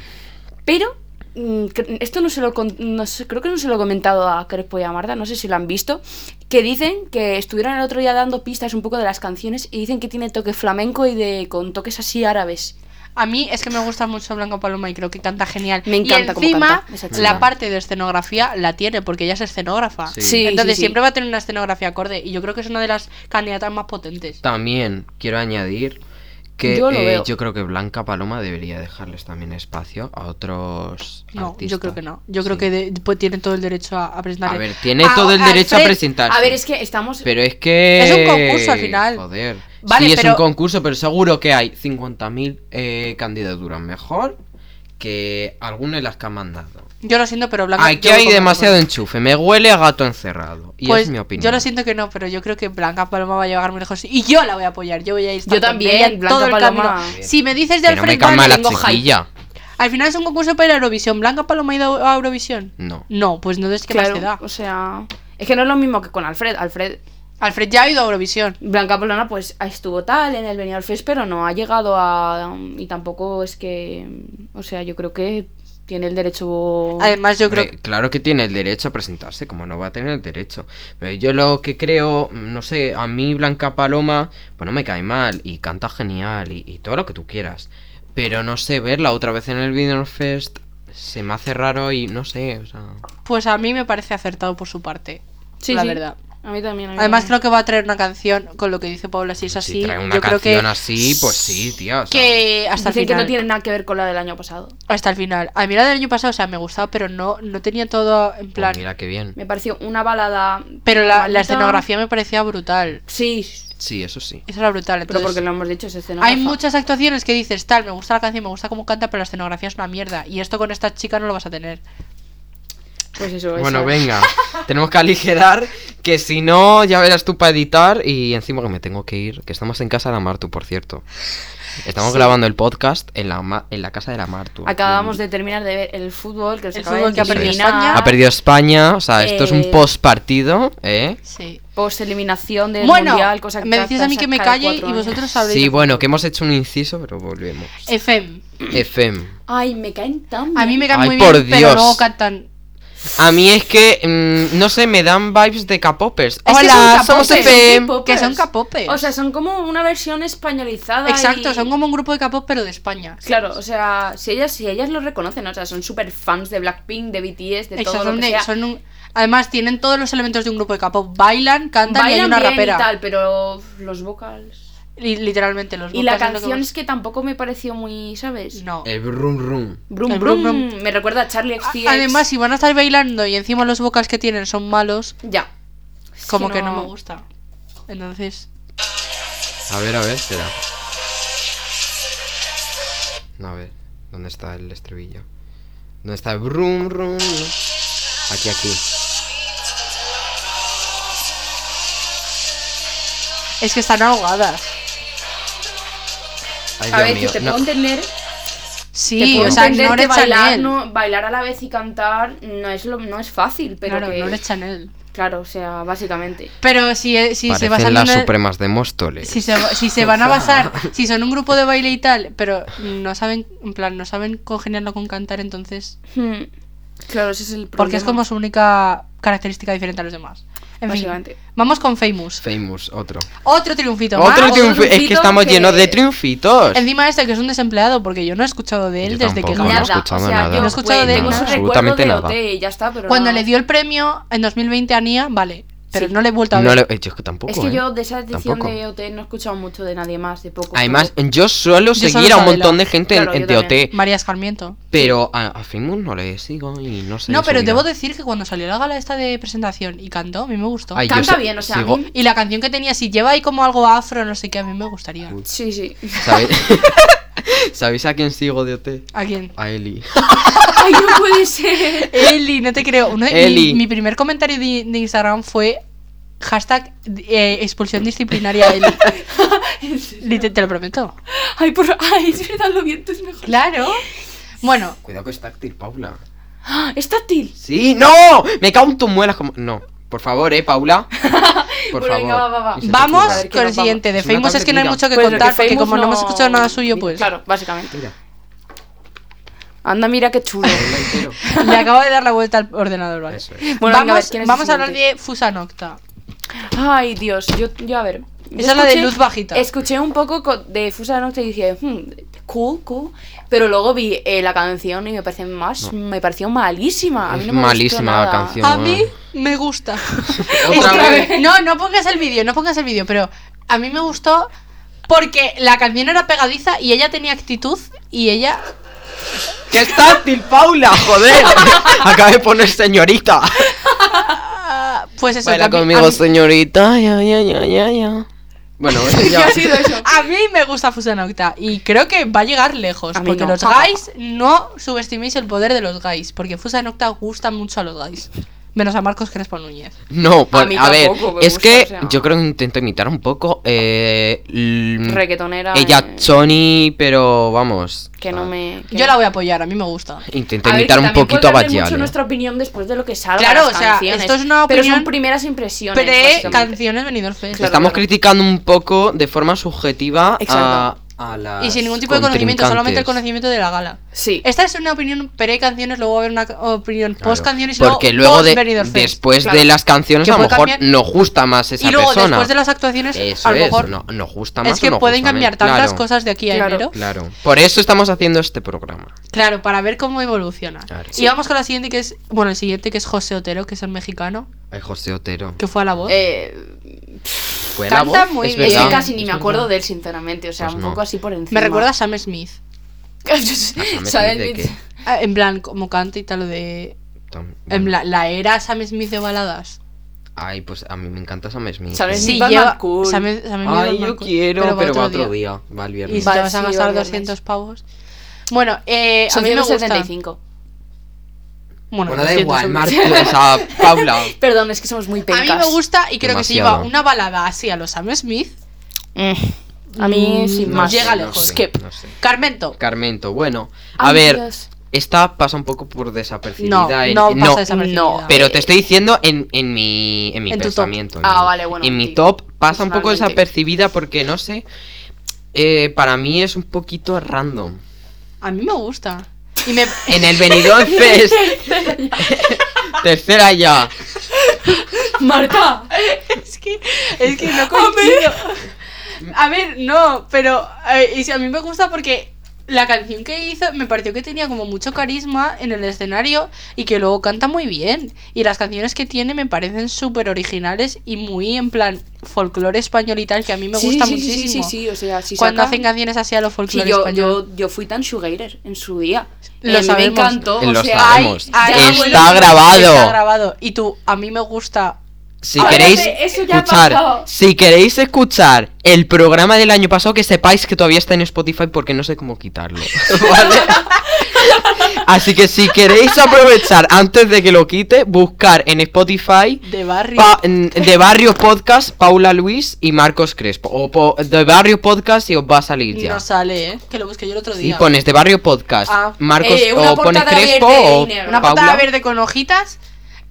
S3: Pero mm, cre- esto no se lo con- no sé, creo que no se lo he comentado a Crespo y a Marta, no sé si lo han visto, que dicen que estuvieron el otro día dando pistas un poco de las canciones y dicen que tiene toque flamenco y de con toques así árabes.
S1: A mí es que me gusta mucho Blanca Paloma y creo que canta genial.
S3: Me encanta
S1: y
S3: cómo
S1: encima,
S3: canta esa chica.
S1: la parte de escenografía la tiene porque ella es escenógrafa.
S2: Sí.
S3: Sí,
S1: Entonces
S3: sí, sí.
S1: siempre va a tener una escenografía acorde y yo creo que es una de las candidatas más potentes.
S2: También quiero añadir que eh,
S3: Yo
S2: yo,
S3: lo veo.
S2: creo que Blanca Paloma debería dejarles también espacio a otros
S1: No, yo
S2: artistas.
S1: creo que no. Yo creo
S2: Sí.
S1: que de- pues, tiene todo el derecho a, a presentar.
S2: A ver, tiene
S1: Ah,
S2: todo el
S1: al
S2: derecho a
S1: Fred-
S2: presentarse.
S3: A ver, es que estamos...
S2: Pero es que...
S1: Es un concurso al final.
S2: Joder.
S1: Vale,
S2: sí, es
S1: pero-
S2: un concurso, pero seguro que hay 50.000 eh, candidaturas mejor que algunas de las que han mandado.
S1: Yo lo siento, pero Blanca.
S2: Aquí
S1: yo voy
S2: hay
S1: con
S2: demasiado
S1: Blanca
S2: enchufe. Me huele a gato encerrado. Y
S1: Paloma. Pues
S2: es mi opinión.
S1: Yo lo siento que no, pero yo creo que Blanca Paloma va a llegar muy lejos. Y yo la voy a apoyar. Yo voy a ir
S3: Yo también, Blanca
S1: todo el
S3: Paloma.
S1: camino. Si me dices de
S2: Que no me
S1: Alfred
S2: calma
S1: Valle,
S2: la
S1: tengo hype.
S2: chiquilla.
S1: Al final es un concurso para Eurovisión. ¿Blanca Paloma ha ido a Eurovisión?
S2: No.
S1: No, pues no es que
S3: claro,
S1: más te da.
S3: o sea... Es que no es lo mismo que con Alfred. Alfred,
S1: Alfred ya ha ido a Eurovisión.
S3: Blanca Polona, pues estuvo tal en el Benidorm Fest, pero no ha llegado a... Y tampoco es que... O sea, yo creo que tiene el derecho...
S1: Además, yo creo
S2: Hombre, Claro que tiene el derecho a presentarse, como no va a tener el derecho. Pero yo lo que creo, mm, no sé, a mí Blanca Paloma, pues no me cae mal y canta genial y, y todo lo que tú quieras. Pero no sé, verla otra vez en el Video Fest se me hace raro y no sé, o sea...
S1: pues a mí me parece acertado por su parte.
S3: Sí,
S1: la
S3: sí.
S1: verdad.
S3: A mí también. a mí
S1: Además, creo
S3: también.
S1: que va a traer una canción con lo que dice Paula. Si es así,
S2: si trae una
S1: yo creo
S2: canción
S1: que.
S2: así, pues sí, tía. o sea,
S1: que hasta el
S3: Dicen que
S1: final.
S3: no tiene nada que ver con la del año pasado.
S1: Hasta el final. A mí la del año pasado, o sea, me gustaba, pero no, no tenía todo en
S2: pues
S1: plan.
S2: mira qué bien.
S3: Me pareció una balada...
S1: pero la, la
S3: maldita.
S1: escenografía me parecía brutal.
S3: Sí,
S2: Sí, eso sí.
S1: Eso era brutal.
S3: pero
S1: Entonces,
S3: porque lo hemos dicho, es escena.
S1: hay muchas actuaciones que dices, tal, me gusta la canción, me gusta cómo canta, pero la escenografía es una mierda. Y esto con esta chica no lo vas a tener.
S3: Pues eso,
S2: Bueno,
S3: eso.
S2: venga, tenemos que aligerar, que si no, ya verás tú para editar y encima que me tengo que ir, que estamos en casa de la Martu, por cierto. Estamos grabando el podcast en la, ma- en la casa de la Martu.
S3: Acabamos de terminar de ver el fútbol que se
S1: El
S3: acaba
S1: fútbol
S3: de
S1: que ha perdido
S3: eliminar,
S1: España.
S2: Ha perdido España, o sea, esto es
S3: Eh,
S2: un post partido, ¿eh?
S1: Sí.
S3: post eliminación del
S1: bueno,
S3: mundial, cosa que
S1: me decís a mí que me
S3: cada
S1: calle
S3: cuatro
S1: y
S3: años.
S1: vosotros sabréis.
S2: Sí, bueno, que hemos hecho un inciso, pero volvemos.
S3: Eh,
S1: FM.
S2: FM.
S3: Ay, me caen tan
S1: A mí me
S3: bien.
S1: cae
S2: Ay,
S1: muy
S2: por
S1: bien, pero
S2: Dios.
S1: no cantan.
S2: A mí es que, mm, no sé, me dan vibes de K-popers.
S1: que son
S2: Hola, somos
S1: K-popers,
S2: FM.
S3: son
S1: Que son
S3: K-popers.
S1: capopes.
S3: O sea, son como una versión españolizada.
S1: Exacto,
S3: y-
S1: son como un grupo de capos, pero de España.
S3: Claro, o sea, si ellas, si ellas lo reconocen, o sea, son súper fans de Blackpink, de BTS, de todo
S1: Exacto,
S3: lo
S1: son
S3: que
S1: de-
S3: sea.
S1: son un- Además, tienen todos los elementos de un grupo de K-pop. Bailan, cantan y hay
S3: Bailan
S1: una
S3: bien
S1: rapera.
S3: y tal, pero los vocals...
S1: Li- literalmente los
S3: Y la
S1: Lucas es lo que
S3: canción
S1: más-
S3: es que tampoco me pareció muy, ¿sabes?
S1: No.
S2: El brum rum.
S3: Brum,
S1: El brum,
S3: brum, Me recuerda a Charlie
S1: A-
S3: XCX.
S1: Además, si van a estar bailando y encima los vocals que tienen son malos,
S3: Ya. Es
S1: como que no me gusta. Entonces,
S2: A ver, a ver, espera. No, a ver, ¿dónde está el estribillo? ¿Dónde está el brum rum? Aquí, aquí.
S1: es que están ahogadas.
S2: Ay,
S3: A
S2: Dios
S3: ver, que
S2: mío,
S3: te
S2: no.
S3: puedo entender. te
S1: Sí,
S3: puedo
S1: o sea,
S3: entender
S1: no
S3: que
S1: le
S3: bailar,
S1: Chanel.
S3: no, bailar a la vez y cantar no es lo, no es fácil, pero
S1: Claro,
S3: que-
S1: no le Chanel.
S3: claro, o sea, básicamente.
S1: Pero si, si se
S2: Parecen
S1: basan
S2: las
S1: en el-
S2: supremas de Móstoles.
S1: si se, si se van a basar, si son un grupo de baile y tal, pero no saben, en plan, no saben congeniarlo con cantar, entonces,
S3: Hmm. Claro, ese es el problema.
S1: porque es como su única característica diferente a los demás. En fin,
S3: Básicamente.
S1: vamos con Famous.
S2: Famous, otro.
S1: Otro triunfito más.
S2: Otro triunfito. Es que
S3: triunfito
S2: estamos
S3: que-
S2: llenos de triunfitos.
S1: Encima este que es un desempleado, porque yo no he escuchado de él
S2: Yo
S1: desde que
S2: tampoco,
S1: ganó.
S2: no. escuchado nada.
S3: yo
S1: No he escuchado
S3: pues,
S1: de
S3: tengo
S1: nada.
S3: ese recuerdo
S2: Absolutamente
S3: de
S2: nada.
S3: OT, ya está, pero
S1: Cuando
S3: no-
S1: le dio el premio en 2020 a Nia, vale, pero
S3: Sí.
S1: no le he vuelto a ver.
S2: No le... eh, yo es que tampoco.
S3: Es que
S2: eh.
S3: yo de esa edición
S2: Tampoco.
S3: de OT no he escuchado mucho de nadie más, de poco.
S2: Además, yo suelo
S1: Yo
S2: seguir
S1: solo
S2: a un
S1: Sabela.
S2: montón de gente en-
S3: Claro,
S2: en,
S3: yo también.
S2: TOT,
S1: María Escarmiento.
S2: pero a, a Famous no le sigo y no sé.
S1: no,
S2: su
S1: pero
S2: vida.
S1: debo decir que cuando salió la gala esta de presentación y cantó, a mí me gustó.
S2: Ay, yo
S3: Canta
S2: se-
S3: bien, o sea, a
S2: sigo-
S3: mí-
S1: Y la canción que tenía, si lleva ahí como algo afro, no sé qué, a mí me gustaría.
S2: eh,
S3: Sí, sí.
S2: ¿Sabéis? ¿Sabéis a quién sigo de OT?
S1: ¿A quién?
S2: A Eli.
S3: Ay, no puede ser.
S1: Eli, no te creo. Uno de- mi-
S2: Eli.
S1: Mi, primer comentario de, de Instagram fue hashtag eh, expulsión disciplinaria a Eli. Lite- te, lo prometo.
S3: Ay, por ay, es verdad, lo viento es mejor.
S1: Claro. Bueno,
S2: Cuidado que es táctil, Paula.
S3: ¡Ah! Es táctil.
S2: Sí, no, me cago en tus muelas como... No, por favor, eh, Paula. Por favor.
S3: Bueno, Pues venga, va, va, va.
S2: Y se te
S1: vamos
S2: ocurra.
S3: ver, que
S1: con el
S3: nos vamos.
S1: siguiente. De
S2: Es una
S1: Famous es que no hay
S2: tabletilla.
S1: mucho que
S3: Pues lo
S1: contar, porque
S3: Famous
S1: como no...
S3: no-
S1: hemos escuchado nada suyo, pues
S3: Claro, básicamente.
S2: Mira,
S3: Anda, mira qué chulo.
S2: ponla entero.
S1: le acaba de dar la vuelta al ordenador, ¿vale?
S2: Eso es.
S3: Bueno,
S1: vamos
S3: venga, a ver, ¿quién es el
S1: vamos a hablar
S3: siguiente?
S1: de Fusanocta.
S3: Ay, Dios, yo, yo a ver. yo
S1: Esa es la de
S3: escuché-
S1: luz bajita.
S3: Escuché un poco co- de Fusa Nocte y dije, hmm, cool, cool. Pero luego vi eh, la canción y me parece más, me pareció malísima. A mí
S2: Es
S3: no me gustó
S2: malísima la
S3: nada.
S2: canción.
S1: A mí me gusta.
S2: Otra
S1: Es que-
S2: vez.
S1: No, no pongas el vídeo, no pongas el vídeo, pero a mí me gustó porque la canción era pegadiza y ella tenía actitud y ella...
S2: ¡Que es táctil, Paula! ¡Joder! Acaba de poner señorita.
S1: ah, Pues eso,
S2: Baila
S1: que a mí-
S2: conmigo,
S1: a mí-
S2: señorita. Ya, ya, ya, ya, ya. Bueno, ya.
S1: A mí me gusta Fusanocta y creo que va a llegar lejos.
S3: A mí
S1: Porque
S3: no.
S1: los guys, no subestiméis el poder de los guys. Porque Fusanocta gusta mucho a los guys. Menos a Marcos Crespo Núñez.
S2: No, por-
S3: mí
S2: a, ver,
S3: tampoco me
S2: es
S3: gusta,
S2: que
S3: o sea.
S2: yo creo que intento imitar un poco. Eh, l-
S3: Reggaetonera.
S2: Ella,
S3: eh,
S2: Sony, pero vamos.
S3: que no me. que
S1: Yo
S3: no-
S1: la voy a apoyar, a mí me gusta.
S2: Intento
S3: A ver,
S2: imitar
S3: que
S2: un
S3: también
S2: poquito eh. a
S3: puedes darle
S2: Batial.
S3: mucho nuestra opinión después de lo que salga.
S1: Claro,
S3: las
S1: o sea,
S3: canciones,
S1: esto es una
S3: Pero
S1: opinión
S3: son primeras impresiones.
S1: Pre
S3: básicamente.
S1: canciones Benidorm Fest.
S3: Claro,
S2: Estamos
S3: claro.
S2: criticando un poco de forma subjetiva a,
S3: Exacto.
S2: a las
S1: Y sin ningún tipo de conocimiento, solamente el conocimiento de la gala.
S3: Sí.
S1: Esta es una opinión pre-canciones, luego va a haber una opinión
S2: Claro,
S1: post-canciones y
S2: Porque luego, de-
S1: post-Benidorm Fest.
S2: después de
S3: Claro.
S2: las canciones,
S1: Que
S2: a lo
S1: puede
S2: mejor
S1: cambiar.
S2: nos gusta más esa
S1: Y luego
S2: persona.
S1: después de las actuaciones,
S2: Eso
S1: a lo
S2: es,
S1: mejor
S2: no, nos gusta más.
S1: es
S2: o
S1: que
S2: nos
S1: pueden
S2: gusta
S1: cambiar
S2: menos.
S1: tantas
S2: Claro,
S1: cosas de aquí a
S3: Claro.
S1: enero.
S2: Claro. Por eso estamos haciendo este programa.
S1: Claro, para ver cómo evoluciona.
S2: Claro.
S1: Y vamos con la siguiente que es, bueno, el siguiente que es José Otero, que es el mexicano,
S2: Ay, José Otero.
S1: que fue a la voz.
S3: Eh,
S2: Fue la
S1: canta
S2: voz,
S1: muy
S2: es
S1: bien.
S3: es
S2: verdad,
S3: que casi ni
S2: es
S3: me acuerdo
S2: verdad.
S3: de él, sinceramente. O sea,
S2: Pues
S3: un
S2: no.
S3: poco así por encima.
S1: Me recuerda a Sam Smith.
S2: Sam
S3: ¿Sabes?
S2: Smith de qué?
S1: Ah, En plan, como canta y tal, lo de...
S2: Tom-
S1: En
S2: bueno.
S1: la, la era Sam Smith de baladas.
S2: Ay, pues a mí me encanta Sam Smith.
S3: Sam
S2: eh.
S3: Smith. Batman Cool.
S1: Sam- Sam Smith
S2: Ay,
S1: Batman
S2: yo
S1: Cool,
S2: quiero, pero,
S1: para
S2: va otro día. Va el
S1: Y
S2: viernes.
S1: si te
S3: Vale,
S1: vas a
S3: sí,
S1: gastar
S3: obviamente.
S1: 200 pavos. Bueno, eh, a
S3: Son
S1: mí me gusta.
S3: 175.
S1: Bueno,
S2: Bueno, da
S1: 200
S2: igual,
S1: euros.
S2: Marcos, o sea, Paula.
S3: Perdón, es que somos muy pencas.
S1: A mí me gusta y creo que se lleva
S2: Demasiado.
S1: una balada así a los Sam Smith.
S2: Mm.
S3: A mí, sin
S1: Mm, No
S3: más.
S1: sé, llega
S2: no
S1: lejos.
S2: sé,
S3: Skip.
S2: no sé.
S1: Carmento.
S2: Carmento, bueno. A
S3: Ay,
S2: ver,
S3: Dios.
S2: esta pasa un poco por desapercibida.
S1: No,
S2: en-
S1: no pasa desapercibida.
S3: no,
S2: Pero te estoy diciendo en, en mi, en mi
S1: En tu top.
S2: pensamiento. en
S3: Ah,
S2: mi-
S3: vale, bueno,
S2: En mi
S3: sí,
S2: top pasa un poco
S3: personalmente.
S2: desapercibida porque, no sé, eh, para mí es un poquito random.
S1: A mí me gusta. Y me...
S2: En el Benidorm Fest. Tercera ya.
S3: Marta.
S1: es, que, es que no coincido. A ver, no, pero eh, y si a mí me gusta porque la canción que hizo me pareció que tenía como mucho carisma en el escenario y que luego canta muy bien. Y las canciones que tiene me parecen súper originales y muy en plan folclore español y tal, que a mí me
S3: Sí,
S1: gusta
S3: sí, sí, sí,
S1: muchísimo.
S3: sí, sí, o sea, si
S1: Cuando
S3: saca-
S1: hacen canciones así a los
S3: Sí,
S1: folclore
S3: yo,
S1: español.
S3: yo, yo fui tan sugarer en su día.
S1: Lo
S3: Eh, a mí me
S1: sabemos.
S3: encantó.
S2: Lo
S3: o sea,
S2: sabemos.
S3: ay, ya,
S2: Está
S3: bueno,
S2: grabado.
S1: Está grabado. Y tú, a mí me gusta.
S2: Si
S3: Ahora
S2: queréis
S3: sé, eso ya ha
S2: escuchar,
S3: pasado.
S2: si queréis escuchar el programa del año pasado, que sepáis que todavía está en Spotify porque no sé cómo quitarlo. ¿vale? Así que si queréis aprovechar antes de que lo quite, buscar en Spotify
S1: De barrio.
S2: Pa- n- de Barrio Podcast, Paula Luis y Marcos Crespo. O po- de Barrio Podcast y os va a salir ya.
S1: no sale, ¿eh? Que lo busqué yo el otro
S2: Si
S1: día.
S2: pones de Barrio Podcast,
S1: Ah.
S2: Marcos
S3: Eh, una
S2: o pones
S3: portada
S2: Crespo
S3: verde y
S2: o
S3: negra.
S1: Una
S2: Paula.
S1: patada verde con hojitas.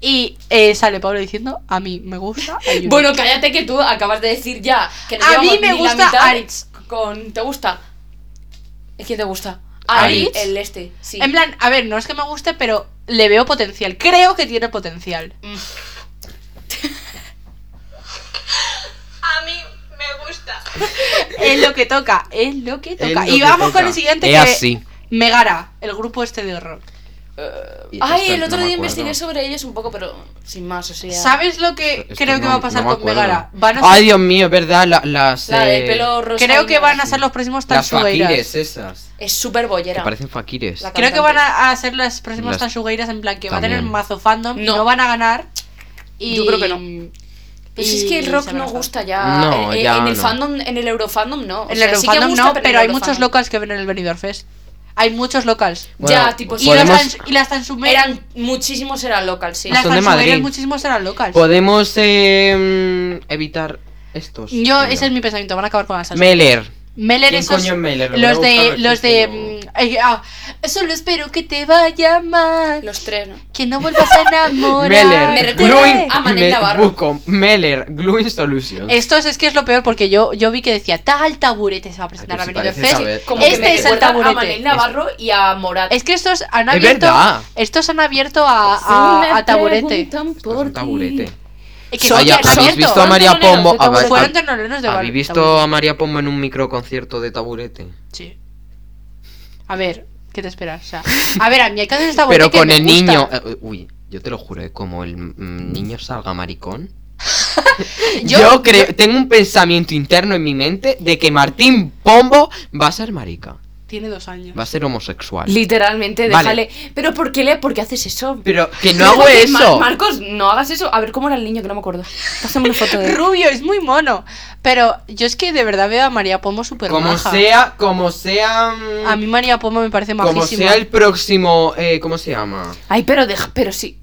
S1: Y eh, sale Pablo diciendo, a mí me gusta. Ayuno".
S3: Bueno, cállate que tú acabas de decir ya que no
S1: A
S3: llevamos
S1: mí me
S3: ni la
S1: gusta
S3: mitad
S1: Aritz.
S3: Con, ¿Te gusta? ¿Es quién te gusta?
S2: Aritz.
S3: Aritz. El este, sí.
S1: En plan, a ver, no es que me guste, pero le veo potencial. Creo que tiene potencial.
S3: Mm.
S4: A mí me gusta.
S1: Es lo que toca, es lo que toca.
S2: lo
S1: y
S2: que
S1: vamos
S2: toca.
S1: con el siguiente
S2: Es
S1: que
S2: así.
S1: Megara, el grupo este de horror.
S3: Ay,
S2: Esto este
S3: el
S2: no
S3: otro
S2: me
S3: día
S2: acuerdo.
S3: investigué sobre ellos un poco, pero sin más, o sea.
S1: ¿Sabes lo que
S2: Esto
S1: creo que
S2: no-
S1: va a pasar
S2: no me
S1: con
S2: acuerdo.
S1: Megara? Van a
S2: Ay,
S1: ser-
S2: Dios mío, es verdad, la- las.
S3: La del
S2: eh,
S3: pelo rosa.
S1: creo
S3: y
S1: que van a
S3: negro.
S1: ser los próximos
S2: Las faquires
S1: Tansugueiras.
S2: esas.
S3: Es súper
S2: Que
S3: bollera.
S2: parecen faquires.
S3: La-
S1: Creo que van a, a ser las próximas
S2: Las-
S1: Tansugueiras en plan que va a tener
S2: También.
S1: mazo fandom y
S3: No.
S1: no van a ganar. Y...
S3: Yo creo que no. Pero si
S1: y
S3: pues es que el
S1: se
S3: rock
S1: van a
S3: no
S1: dejar.
S3: gusta ya.
S2: No,
S3: Eh, eh,
S2: ya
S3: en el
S2: no.
S3: fandom, en el eurofandom no. O
S1: En
S3: sea,
S1: el
S3: sí que
S1: Eurofandom
S3: gusta,
S1: no,
S3: pero en
S1: pero
S3: el
S1: hay muchos
S3: eurofandom.
S1: locals que ven el Benidorm Fest. Hay muchos locals.
S3: Ya, tipo,
S1: Y,
S2: podemos-
S1: las, tans- y las Tansugueiras
S3: Eran muchísimos, eran local, sí.
S1: Las
S2: son de
S1: Tansugueiras
S2: Madrid.
S1: muchísimos eran locals.
S2: Podemos eh, evitar estos.
S1: Yo,
S2: Mira.
S1: ese es mi pensamiento, van a acabar con las Tansugueiras.
S2: Meler.
S1: Meller
S2: ¿Quién
S1: esos
S2: coño es Meller? Me voy a
S1: los de
S2: buscar
S1: los
S2: aquí,
S1: de
S2: pero-
S1: mm, ay, ah, solo espero que te vaya mal
S3: Los tres, ¿no?
S1: que no vuelvas a enamorar
S3: Me
S2: Meller,
S3: recuerda
S2: Gluing,
S3: a Manel
S2: Me-
S3: Navarro.
S2: busco Meller, Gluing Solutions.
S1: estos es que es lo peor porque yo yo vi que decía tal taburete se va a presentar
S2: Ay,
S1: a
S2: pero si
S1: Benidorm
S2: parece
S1: Fest
S2: saber.
S3: Como
S1: este
S3: que me
S1: es el
S3: recuerdan
S1: taburete
S3: a Manel Navarro y a Morat.
S1: es que estos han
S2: Es
S1: abierto
S2: verdad.
S1: estos han abierto a,
S3: Si
S1: a,
S3: me
S1: a taburete
S3: preguntan
S2: Pues Es
S3: por
S2: un
S3: ti.
S2: taburete.
S1: Eh, que
S3: Son-
S1: sí, que
S2: Vaya,
S1: han
S3: son-
S2: Ah, ¿habéis
S1: abierto.
S2: visto a María
S3: Fueron
S2: Pombo?
S3: teloneros
S2: Ah,
S3: de taburete.
S1: fueron ternoleros de bar-
S2: ¿Habéis visto
S1: taburete.
S2: a María Pombo en un microconcierto de taburete?
S1: sí a ver qué te esperas o sea, a ver a mí hay canciones de taburete
S2: Pero
S1: que
S2: con
S1: me
S2: el
S1: gustan.
S2: niño. eh, uy, yo te lo juro, eh, como el mm, niño salga maricón. yo, creo, tengo un pensamiento interno en mi mente de que Martín Pombo va a ser marica,
S1: tiene dos años
S2: va a ser homosexual.
S3: Literalmente,
S2: Vale.
S3: déjale. Pero ¿por qué le, por qué haces eso?
S2: Pero que no hago
S3: Porque, Mar-
S2: eso.
S3: Marcos, no hagas eso. A ver cómo era el niño que no me acuerdo. Pásame una foto de él.
S1: Rubio, es muy mono. Pero yo es que de verdad veo a María Pomo súper
S2: Como
S1: maja.
S2: sea, como sea. mm,
S1: A mí María Pomo me parece
S2: como
S1: majísima.
S2: sea el próximo. eh, ¿Cómo se llama?
S3: Ay, pero deja, pero sí.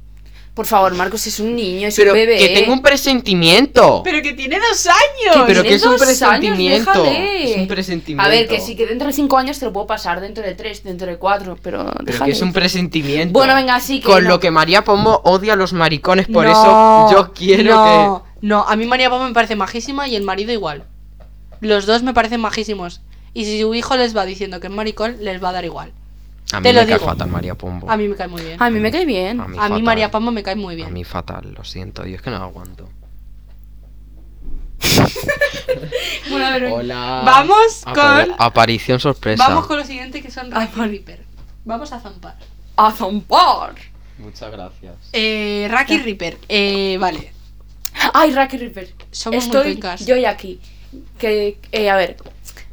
S3: Por favor, Marcos, es un niño, es
S2: Pero
S3: un bebé. ¿eh?
S2: que tengo un presentimiento.
S1: Pero que tiene dos años.
S2: pero que
S3: Tiene
S2: es un
S3: dos años,
S2: presentimiento.
S3: déjale.
S2: es un presentimiento.
S3: A ver, que sí, que dentro de 5 años te lo puedo pasar, dentro de 3, dentro de 4, pero,
S2: Pero
S3: déjale.
S2: que es un presentimiento.
S3: Bueno, venga, sí, que
S2: Con
S3: no.
S2: lo que María Pombo odia a los maricones, por
S1: No,
S2: eso yo quiero
S1: no, No, a mí María Pomo me parece majísima y el marido igual. Los dos me parecen majísimos. Y si su hijo les va diciendo que es maricón, les va a dar igual.
S2: que. A mí
S1: Te lo
S2: me cae
S1: digo.
S2: fatal María Pombo.
S1: A mí me cae muy bien.
S3: A mí me cae bien.
S2: A mí
S1: A mí
S2: fatal.
S1: María Pomo me cae muy
S2: A
S1: bien.
S2: mí fatal, lo siento, yo es que no aguanto. Hola.
S1: Vamos con-
S2: Aparición sorpresa.
S1: Vamos con lo siguiente que son Rack y Reaper. Vamos a zampar.
S2: Oh.
S3: A zampar.
S2: Muchas gracias.
S1: Eh, Rack y Reaper. Eh, vale.
S3: Ay, Racky Ripper.
S1: Somos muy
S3: Estoy
S1: pencas.
S3: yo y aquí. Que, eh, a ver,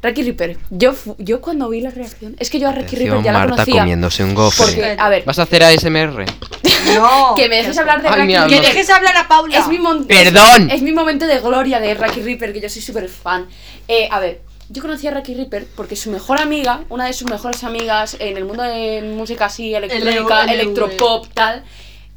S3: Racky Ripper. Yo, fu- yo cuando vi la reacción, es que yo a Racky Ripper
S2: Atención,
S3: ya la
S2: Marta
S3: conocía.
S2: comiéndose un gofre.
S3: Porque, a ver,
S2: ¿Vas a hacer ASMR?
S1: No.
S3: que me dejes hablar de
S2: Ay,
S3: Racky
S2: mira,
S1: Que
S2: no-
S3: Ripper.
S1: dejes hablar a Paula.
S3: Es mi mon-
S2: ¡Perdón!
S3: Es, es mi momento de gloria de Racky Ripper, que yo soy súper fan. Eh, a ver, yo conocí a Racky Ripper porque su mejor amiga, una de sus mejores amigas en el mundo de música así, electrónica,
S1: LV.
S3: electropop, tal.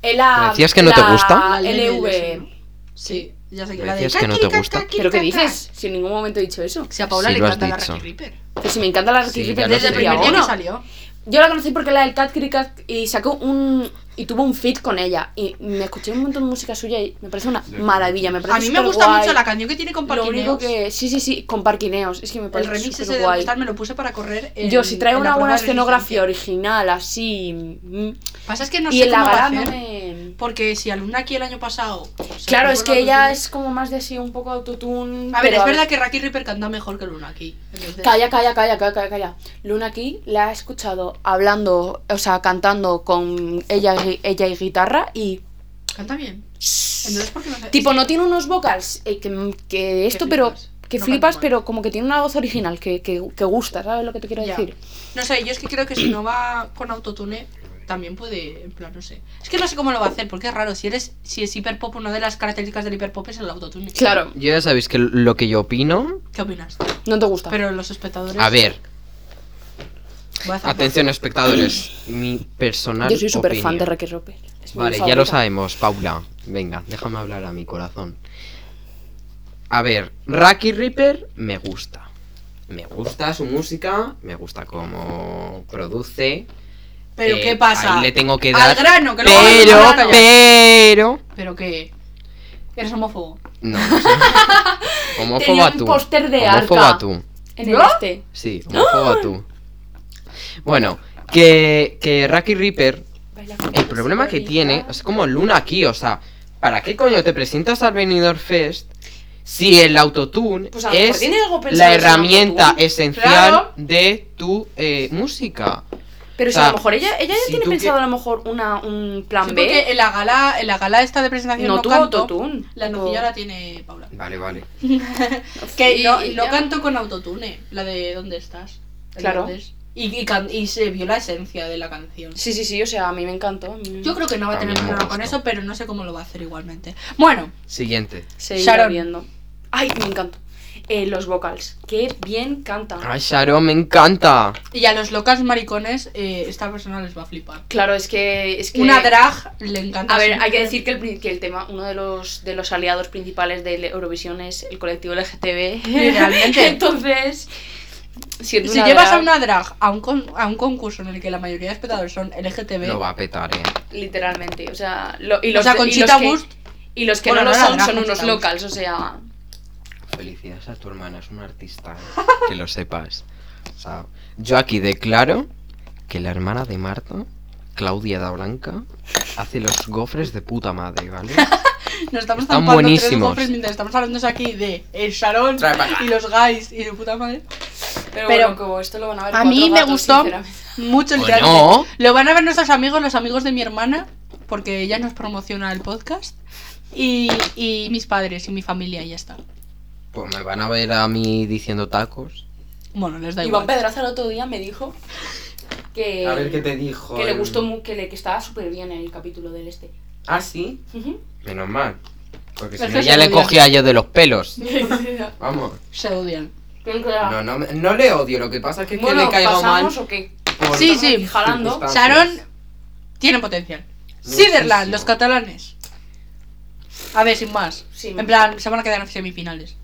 S3: eh, la-
S2: ¿Me decías que no te
S3: la
S2: gusta?
S3: LV.
S1: Sí, ya sé que
S2: Me
S1: la de
S2: decías que no te
S1: "Caqui,
S2: gusta".
S1: caqui,
S3: ¿Pero qué
S1: caca.
S3: dices? Si en ningún momento he dicho eso.
S1: Si a Paula
S2: Sí,
S1: le
S2: lo has
S1: encanta la
S2: dicho.
S1: Racky Reaper.
S3: Pues si me encanta la Racky
S2: Sí,
S3: Ripper
S2: ya lo
S1: Desde el
S2: sé.
S1: primer día
S2: Bueno.
S1: que salió.
S3: Yo la conocí porque era del Cat Kitty Cat y sacó un. y tuvo un feat con ella. Y me escuché un montón de música suya y me parece una maravilla. Me parece
S1: A mí me gusta
S3: superguay.
S1: mucho la canción que tiene con
S3: Lo
S1: Paquineos.
S3: único que. Sí, sí, sí, con parquineos. Es que me
S1: El
S3: parece
S1: remix ese de
S3: superguay.
S1: gustar me lo puse para correr. en-
S3: Yo, si trae
S1: en la
S3: una
S1: prueba
S3: buena
S1: de resistencia.
S3: escenografía original, así. mm,
S1: Pasa es que no
S3: y
S1: sé
S3: en la
S1: cómo va a
S3: gala
S1: hacer.
S3: no me.
S1: Porque si Alumna aquí el año pasado. se
S3: Claro,
S1: fue
S3: es
S1: por la
S3: que ella
S1: autotune-
S3: es como más de así, un poco autotune.
S1: A ver,
S3: pero
S1: es verdad que Raki Ripper canta mejor que Luna aquí. entonces-
S3: Calla, calla, calla, calla, calla, calla. Luna aquí la he escuchado hablando, o sea, cantando con ella, y- ella y guitarra y
S1: Canta bien. Entonces, ¿por qué no hace-
S3: Tipo,
S1: es que-
S3: no tiene unos vocals eh, que, que esto, pero
S1: flipas.
S3: que
S1: No
S3: flipas,
S1: canta mal.
S3: pero como que tiene una voz original que, que, que gusta, ¿sabes lo que te quiero
S1: Ya.
S3: decir?
S1: No sé, yo es que creo que si no va con autotune, también puede, en plan, no sé. Es que no sé cómo lo va a hacer, porque es raro. Si eres, si es hiperpop, una de las características del hiperpop es el autotune.
S3: Claro,
S2: Yo ya sabéis que lo que yo opino.
S1: ¿Qué opinas?
S3: no te gusta.
S1: Pero los espectadores.
S2: A ver,
S1: voy a hacer-
S2: atención espectadores. Mi personal.
S3: Yo soy súper fan de
S2: opinión.
S3: Rocky Roper. es mi
S2: Vale, ya
S3: favorita.
S2: lo sabemos, Paula. Venga, déjame hablar a mi corazón. A ver, Raki Reaper me gusta. Me gusta su música, me gusta cómo produce.
S1: Pero
S2: Eh,
S1: ¿qué pasa?
S2: Ahí le tengo que
S1: Al
S2: dar.
S1: grano, que luego vamos
S2: pero,
S1: al grano.
S2: pero.
S1: Pero que. Eres homófobo.
S2: No, no sé.
S3: Tenía
S2: Homófoba
S3: un
S2: tú.
S3: póster de
S2: Homófoba
S3: Arca.
S2: tú.
S3: En el
S1: ¿No?
S3: este.
S2: Sí, homófoba tú. Bueno, que, que Raki Reaper El problema que tiene es como Luna aquí, o sea, ¿para qué coño te presentas al Benidorm Fest si el autotune
S3: Pues a lo mejor
S2: es
S3: tiene algo pensado
S2: la
S3: en
S2: herramienta
S3: autotune.
S2: esencial
S1: Claro.
S2: de tu eh, música?
S3: Pero
S2: o
S3: si a
S2: sea,
S3: lo mejor ella, ella ya
S2: si
S3: tiene
S2: tú
S3: pensado
S2: que-
S3: a lo mejor una, un
S1: Sí,
S3: plan B.
S1: porque en la gala, en la gala esta de presentación
S3: No
S1: no,
S3: tuvo
S1: canto.
S3: autotune.
S1: La
S3: Tipo-
S1: nocilla la tiene Paula.
S2: Vale, vale.
S1: Que
S3: Y-
S1: no,
S3: y
S1: no
S3: ya.
S1: canto con autotune, la de ¿Dónde estás?
S3: Claro.
S1: Entonces- y, y can- y se vio la esencia de la canción.
S3: Sí, sí, sí, o sea, a mí me encantó. a mí-
S1: Yo creo que no va a
S2: A
S1: tener
S2: mí me
S1: problema con
S2: gustó.
S1: eso, pero no sé cómo lo va a hacer igualmente. Bueno,
S2: Siguiente.
S3: Seguir
S1: Sharon.
S3: viendo. Ay, me encantó. Eh, los vocals. Qué bien cantan.
S2: Ay, Sharon, me encanta.
S1: y a los locas maricones, eh, esta persona les va a flipar.
S3: Claro, es que. Es que...
S1: Una drag le encanta.
S3: A ver,
S1: siempre.
S3: hay que decir que el, pri- que el tema, uno de los, de los aliados principales de Le- Eurovisión es el colectivo LGTB.
S1: Realmente.
S3: Entonces, siendo
S1: Si
S3: una
S1: llevas
S3: drag,
S1: a una drag a un, con- a un concurso en el que la mayoría de espectadores son LGTB,
S2: Lo va a petar, eh.
S3: Literalmente, o sea... lo- y
S1: o
S3: los
S1: sea,
S3: de- y
S1: Conchita
S3: los que-
S1: Wurst,
S3: Y los que
S1: Bueno,
S3: no lo
S1: no era
S3: son
S1: drag,
S3: son unos
S1: Conchita Wurst.
S3: locals, o sea...
S2: Felicidades a tu hermana, es una artista, eh, que lo sepas. O sea, yo aquí declaro que la hermana de Marta, Claudia da Blanca, hace los gofres de puta madre, ¿vale?
S1: nos estamos
S2: Están
S1: zampando tres
S2: buenísimos.
S1: gofres mientras estamos hablando aquí de el Sharon
S2: Trae para acá.
S1: y los guys y de puta madre. Pero-
S3: Pero, bueno, como esto lo van a ver
S1: A
S3: cuatro
S1: mí me
S3: gatos,
S1: gustó
S3: sinceramente.
S1: mucho el
S2: ¿O
S1: trance.
S2: no?
S1: Lo van a ver nuestros amigos, los amigos de mi hermana, porque ella nos promociona el podcast. Y, y mis padres y mi familia, y ya está.
S2: Pues me van a ver a mí diciendo tacos.
S1: Bueno, les da
S3: Iván
S1: igual.
S3: Pedraza el otro día me dijo que...
S2: dijo.
S3: Eh, Que le gustó mu- que, le, que estaba súper bien el capítulo del este.
S2: Ah, sí.
S3: Ujú.
S2: Menos mal. Porque
S1: si
S2: si
S1: Es no,
S2: no,
S1: que
S2: ya
S1: se
S2: le
S1: lo dirán.
S2: cogía yo de los pelos. Vamos.
S1: Se odian.
S2: No, no, me- no le odio, lo que pasa es que, es que
S3: bueno,
S2: le caigo mal.
S3: ¿pasamos o qué?
S2: por
S1: Sí, sí.
S3: Estamos jalando.
S2: circunstancias.
S1: Sharon tiene potencial.
S2: Muchísimo.
S1: Siderland, los catalanes. A ver, sin más.
S3: Sí.
S1: En plan, se van a quedar en semifinales.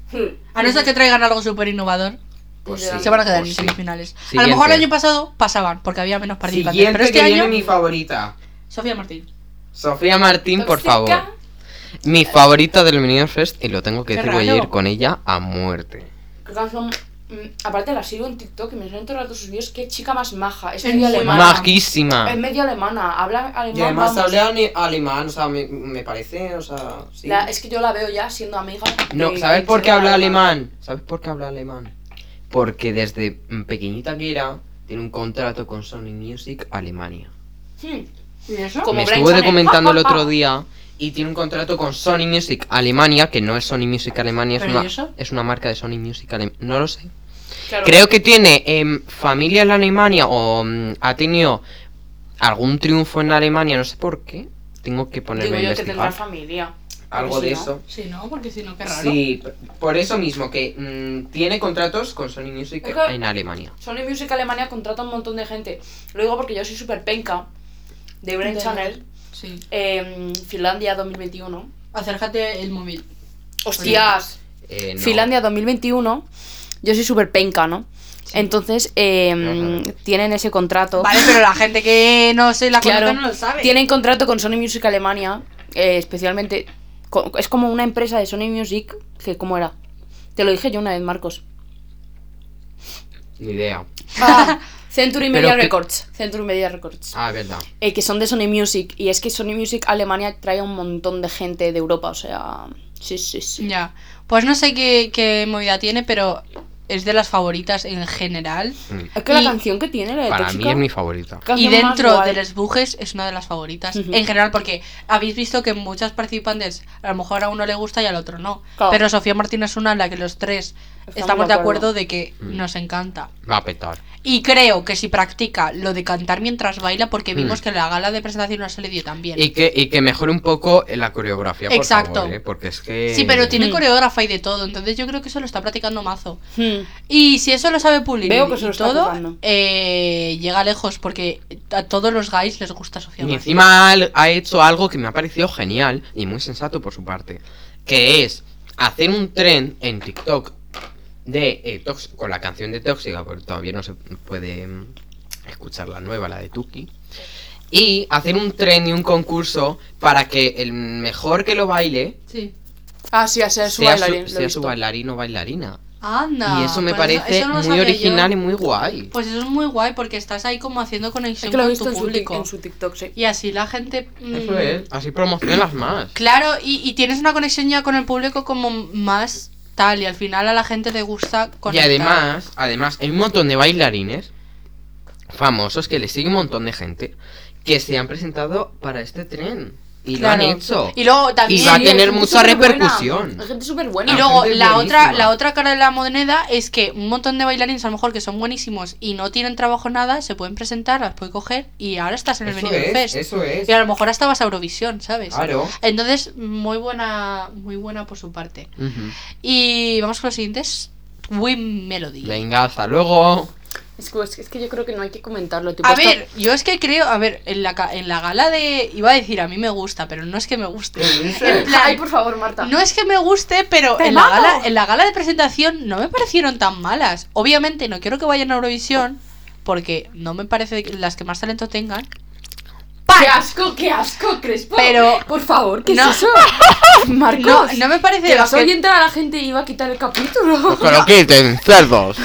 S1: A no
S3: Ujú.
S1: ser que traigan algo súper innovador,
S2: Pues
S3: Sí,
S2: sí,
S1: se van a quedar
S2: pues
S1: en
S2: sí.
S1: semifinales. A
S2: Siguiente.
S1: lo mejor el año pasado pasaban porque había menos participantes.
S2: Siguiente
S1: pero este
S2: que viene
S1: año,
S2: mi favorita.
S1: Sofía Martín.
S2: Sofía Martín, por
S3: Tóxica.
S2: favor. Mi favorita del Minion Fest, y lo tengo que
S1: Qué
S2: decir, voy a
S1: raro.
S2: ir con ella a muerte.
S3: Qué canción. mm, Aparte la sigo en TikTok y me salen todo el rato sus vídeos. Qué chica más maja. Es
S1: En
S3: medio
S1: serio.
S3: alemana.
S2: Majísima.
S3: Es medio alemana. Habla alemán. Eh, vamos.
S2: alemán, o sea, me, parece, o sea.
S3: La- es que yo la veo ya siendo amiga.
S2: No,
S3: de-
S2: ¿sabes
S3: de
S2: por qué
S3: chica
S2: habla alemán? ¿Sabes por qué habla alemán? Porque desde mm, pequeñita que era, tiene un contrato con Sony Music Alemania.
S3: Hmm.
S1: ¿Y eso?
S3: Como
S2: Me
S3: Brian
S2: estuvo
S3: Chanel.
S2: documentando el otro día y tiene un contrato con Sony Music Alemania, que no es Sony Music Alemania, es,
S1: ¿Pero
S2: una,
S1: y eso?
S2: es una marca de Sony Music Alemania. No lo sé.
S3: Claro.
S2: Creo que tiene em, familia en Alemania o mm, ha tenido algún triunfo en Alemania, no sé por qué. Tengo que ponerme
S3: Digo
S2: a
S3: yo que tendrá
S2: investigar.
S3: familia.
S2: Algo
S3: Porque
S2: de
S3: si no-
S2: eso.
S1: Sí, ¿no? Porque si no, qué raro.
S2: Sí, p- por eso mismo, que mm, tiene contratos con Sony Music
S3: Es que-
S2: en Alemania.
S3: Sony Music Alemania contrata un montón de gente. Lo digo porque yo soy súper penca de Brain
S1: De-
S3: Channel.
S1: Sí.
S3: em, Finlandia 2021.
S1: Acércate el móvil.
S3: Hostias.
S2: Eh, no.
S3: Finlandia 2021. Yo soy súper penca, ¿no? Entonces, em,
S2: Ajá.
S3: tienen ese contrato.
S1: Vale, pero la gente que no se la conoce
S3: Claro.
S1: no lo sabe.
S3: Tienen contrato con Sony Music Alemania, eh, especialmente. co- es como una empresa de Sony Music, que ¿cómo era? Te lo dije yo una vez, Marcos.
S2: Ni idea.
S3: Ah, Century Media
S2: Pero que-
S3: Records. Century Media Records.
S2: Ah, es verdad.
S3: Eh, que son de Sony Music. Y es que Sony Music Alemania trae a un montón de gente de Europa. O sea. Sí, sí, sí.
S1: Ya. Pues no sé qué, qué movida tiene, pero es de las favoritas en general.
S2: Mm.
S3: Es que la
S1: Y-
S3: canción que tiene, la de
S2: Para mí
S3: Tóxica,
S2: es mi favorita.
S1: Y
S3: canción más
S1: dentro
S3: guay.
S1: de los bujes es una de las favoritas.
S3: Ujú.
S1: En general, porque habéis visto que muchas participantes, a lo mejor a uno le gusta y al otro no.
S3: Claro.
S1: Pero Sofía Martínez es una en la que los tres
S3: Estamos
S1: estamos,
S3: de
S1: de
S3: acuerdo.
S1: acuerdo de que
S2: Mm.
S1: nos encanta.
S2: Va a petar.
S1: Y creo que si practica lo de cantar mientras baila, porque
S2: Mm.
S1: vimos que la gala de presentación no se le dio tan bien.
S2: Y que, y que mejore un poco la coreografía, por
S1: Exacto.
S2: favor, ¿eh? Porque es que...
S1: Sí, pero tiene
S3: Mm.
S1: coreógrafa y de todo, entonces yo creo que eso lo está practicando mazo.
S3: Hmm.
S1: Y si eso lo sabe pulir
S3: Veo que se lo
S1: y
S3: está
S1: todo,
S3: currando.
S1: eh, llega lejos, porque a todos los guys les gusta Sofía
S2: Y
S1: Martínez.
S2: encima al- ha hecho algo que me ha parecido genial y muy sensato por su parte, que es hacer un tren en TikTok de eh, Tox- con la canción de Tóxica, porque todavía no se puede mm, escuchar la nueva, la de Tuki. Y hacer un tren y un concurso para que el mejor que lo baile
S1: Sí.
S3: Ah, sí, así es su
S2: sea,
S3: bailarín.
S2: su,
S3: lo he
S2: sea su
S3: visto.
S2: bailarín o bailarina.
S1: Anda.
S2: y eso me
S1: pues
S2: parece
S1: eso no lo
S2: muy
S1: sabía
S2: original y
S1: yo.
S2: muy guay.
S1: Pues eso es muy guay porque estás ahí como haciendo
S3: Es
S1: conexión
S3: que lo he
S1: con
S3: visto
S1: tu
S3: en su, tic-
S1: público.
S3: en su TikTok, sí.
S1: Y así la gente. mm,
S2: Eso es, así promocionas más.
S1: Claro, y, y tienes una conexión ya con el público como más tal y al final a la gente le gusta
S2: Y
S1: conectar.
S2: además, además, hay un montón de bailarines famosos que le sigue un montón de gente que se han presentado para este tren. Y
S1: Claro.
S2: lo han hecho.
S1: Y luego también.
S2: Y va a
S3: hay
S2: tener
S3: gente
S2: mucha
S3: superbuena,
S2: repercusión.
S3: hay gente súper
S1: Y
S3: buena.
S2: la
S1: luego
S2: gente es
S1: la otra,
S2: buenísima.
S1: la otra cara de la moneda es que un montón de bailarines a lo mejor que son buenísimos y no tienen trabajo nada, se pueden presentar, las pueden coger y ahora estás en el
S2: Eso
S1: Benidorm
S2: es,
S1: Fest.
S2: eso es.
S1: Y a lo mejor hasta vas a Eurovisión, ¿sabes?
S2: Claro.
S1: Entonces, muy buena, muy buena por su parte.
S2: Ujú.
S1: Y vamos con los siguientes. Win Melody.
S2: Venga, hasta luego.
S3: Es que, es que- es que yo creo que no hay que comentarlo. tipo,
S1: A
S3: esto-
S1: ver, yo es que creo, a ver, en la, ca- en la gala de... Iba a decir, a mí me gusta, pero no es que me guste. En plan,
S3: Ay, por favor, Marta.
S1: no es que me guste, pero
S3: ¡Te
S1: en la,
S3: mato!
S1: gala, en la gala de presentación no me parecieron tan malas. Obviamente no quiero que vayan a Eurovisión, porque no me parece que las que más talento tengan.
S3: ¡Qué asco, qué asco, Crespo!
S1: Pero-
S3: Por favor, ¿qué
S1: No.
S3: es eso? Marcos,
S1: No, no me parece...
S3: que
S1: de
S3: vas
S1: las
S3: a
S1: que-
S3: ahuyentar a la gente y va a quitar el capítulo.
S2: Pero quiten, cerdos.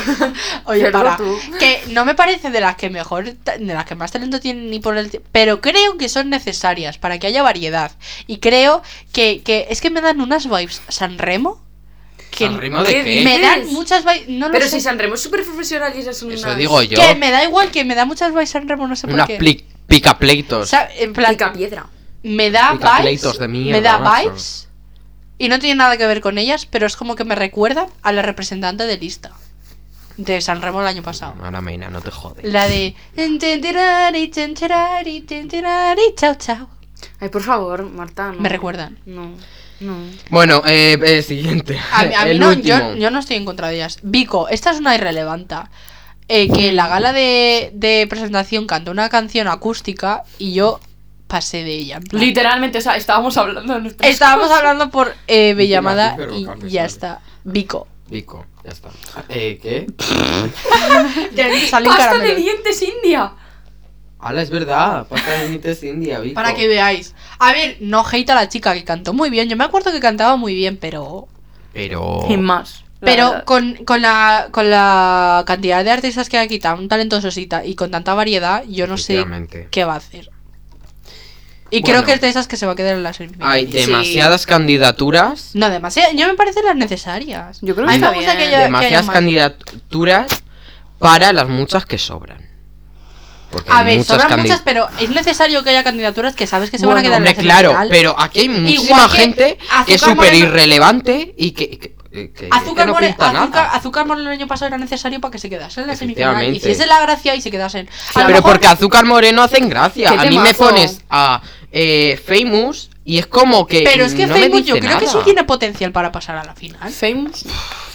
S1: Oye,
S3: Cerdo
S1: para,
S3: tú.
S1: que no me parece de las que mejor, ta- de las que más talento tienen ni por el, ti- pero creo que son necesarias para que haya variedad y creo que, que es que me dan unas vibes San Remo que
S2: ¿San Remo ¿eh? de qué?
S1: me dan
S3: dices?
S1: muchas vibes, no lo
S3: Pero
S1: sé,
S3: si Sanremo es súper profesional y esas son
S2: Eso
S3: unas-
S2: digo yo.
S1: que me da igual que me da muchas vibes San Remo, no sé
S2: Unas
S1: por qué.
S2: pli- picapleitos.
S1: O sea, en plan,
S3: Pica piedra.
S1: me da
S2: picapleitos
S1: vibes,
S2: de mierda,
S1: me da
S2: macho.
S1: vibes y no tiene nada que ver con ellas, pero es como que me recuerda a la representante de lista de San Remo el año pasado.
S2: Ahora Meina, no te jodes.
S1: La de. "Entenderari, tenterari, tenterari, chao, chao.
S3: Ay, por favor, Marta. No.
S1: Me recuerdan.
S3: No, no.
S2: Bueno, eh, eh, siguiente.
S1: A, mí- a mí
S2: El
S1: no,
S2: último.
S1: yo, yo no estoy en contra de ellas. Vico, esta es una irrelevante. Eh, que en la gala de, de presentación cantó una canción acústica y yo pasé de ella. en plan,
S3: Literalmente, o sea, estábamos hablando de nuestras
S1: Estábamos hablando por eh, Bellamada
S2: Martín, pero
S1: y
S2: Carmen
S1: ya
S2: Sal.
S1: está. Vico.
S2: Pico, ya está. Eh, ¿qué?
S1: Sale un
S3: ¡Pasta
S1: caramelo.
S3: de dientes india!
S2: Ahora es verdad, pasa de mites india, Vico.
S1: Para que veáis. A ver, no hate a la chica que cantó muy bien. Yo me acuerdo que cantaba muy bien, pero.
S2: Pero.
S3: Sin más. la
S1: Pero
S3: verdad.
S1: con, con, la, con la cantidad de artistas que hay aquí, tan talentososita y con tanta variedad, yo no sé
S2: Efectivamente.
S1: qué va a hacer. Y
S2: Bueno.
S1: creo que es de esas que se va a quedar en la semifinal.
S2: Hay
S3: Sí.
S2: demasiadas candidaturas.
S1: No, demasiado. Yo me parecen las necesarias.
S3: Yo creo
S1: A
S3: que
S1: mí me
S3: está
S1: gusta
S3: bien.
S1: que haya- que haya
S2: demasiadas
S1: más.
S2: candidaturas para las muchas que sobran. Porque
S1: A
S2: hay
S1: ver, sobran
S2: candi-
S1: muchas, pero es necesario que haya candidaturas que sabes que se
S3: Bueno,
S1: van a quedar
S2: Hombre,
S1: en la
S2: claro,
S1: semifinal.
S2: pero aquí hay muchísima
S1: Igual que
S2: gente que es
S1: Azúcar
S2: súper
S1: Moreno-
S2: irrelevante y que, que- que- que
S1: Azúcar,
S2: no
S1: More-
S2: pinta
S1: azúcar,
S2: nada.
S1: azúcar Moreno el año pasado era necesario para que se quedase en la semifinal.
S2: Efectivamente.
S1: Hiciese la gracia y se quedasen. A lo
S2: Pero
S1: mejor-
S2: porque Azúcar Moreno hacen gracia.
S3: Qué
S2: A mí me
S3: temazo.
S2: pones a eh, Famous y es como que.
S1: pero es que
S2: no me
S1: Facebook, yo
S2: dice
S1: creo que
S2: nada.
S1: sí tiene potencial para pasar a la
S3: Ah,
S1: final.
S3: Famous.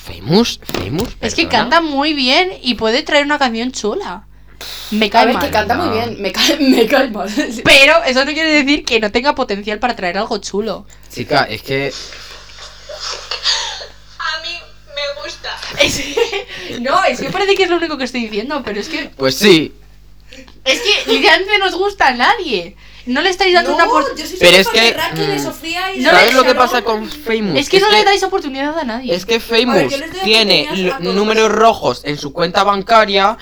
S2: Famous, Famous.
S1: Es que
S2: perdona.
S1: canta muy bien y puede traer una canción chula. Me
S3: A
S1: cae
S3: ver,
S1: mal.
S3: que canta muy
S2: No.
S3: bien. Me cae, me cae mal.
S1: Pero eso no quiere decir que no tenga potencial para traer algo chulo.
S2: Chica, es que.
S4: A mí me gusta.
S1: Es- no, es que parece que es lo único que estoy diciendo, pero es que
S2: Pues sí,
S1: es que literalmente no nos gusta a nadie. No le estáis dando una por-
S2: Pero es que. mm,
S1: No
S2: ¿Sabes
S1: le-
S2: lo que pasa con Famous?
S1: Es que no le dais oportunidad a nadie.
S2: es que
S3: A ver,
S2: Famous
S3: yo les doy
S2: tiene
S3: oportunidades a
S2: l-
S3: todos.
S2: números rojos en su cuenta bancaria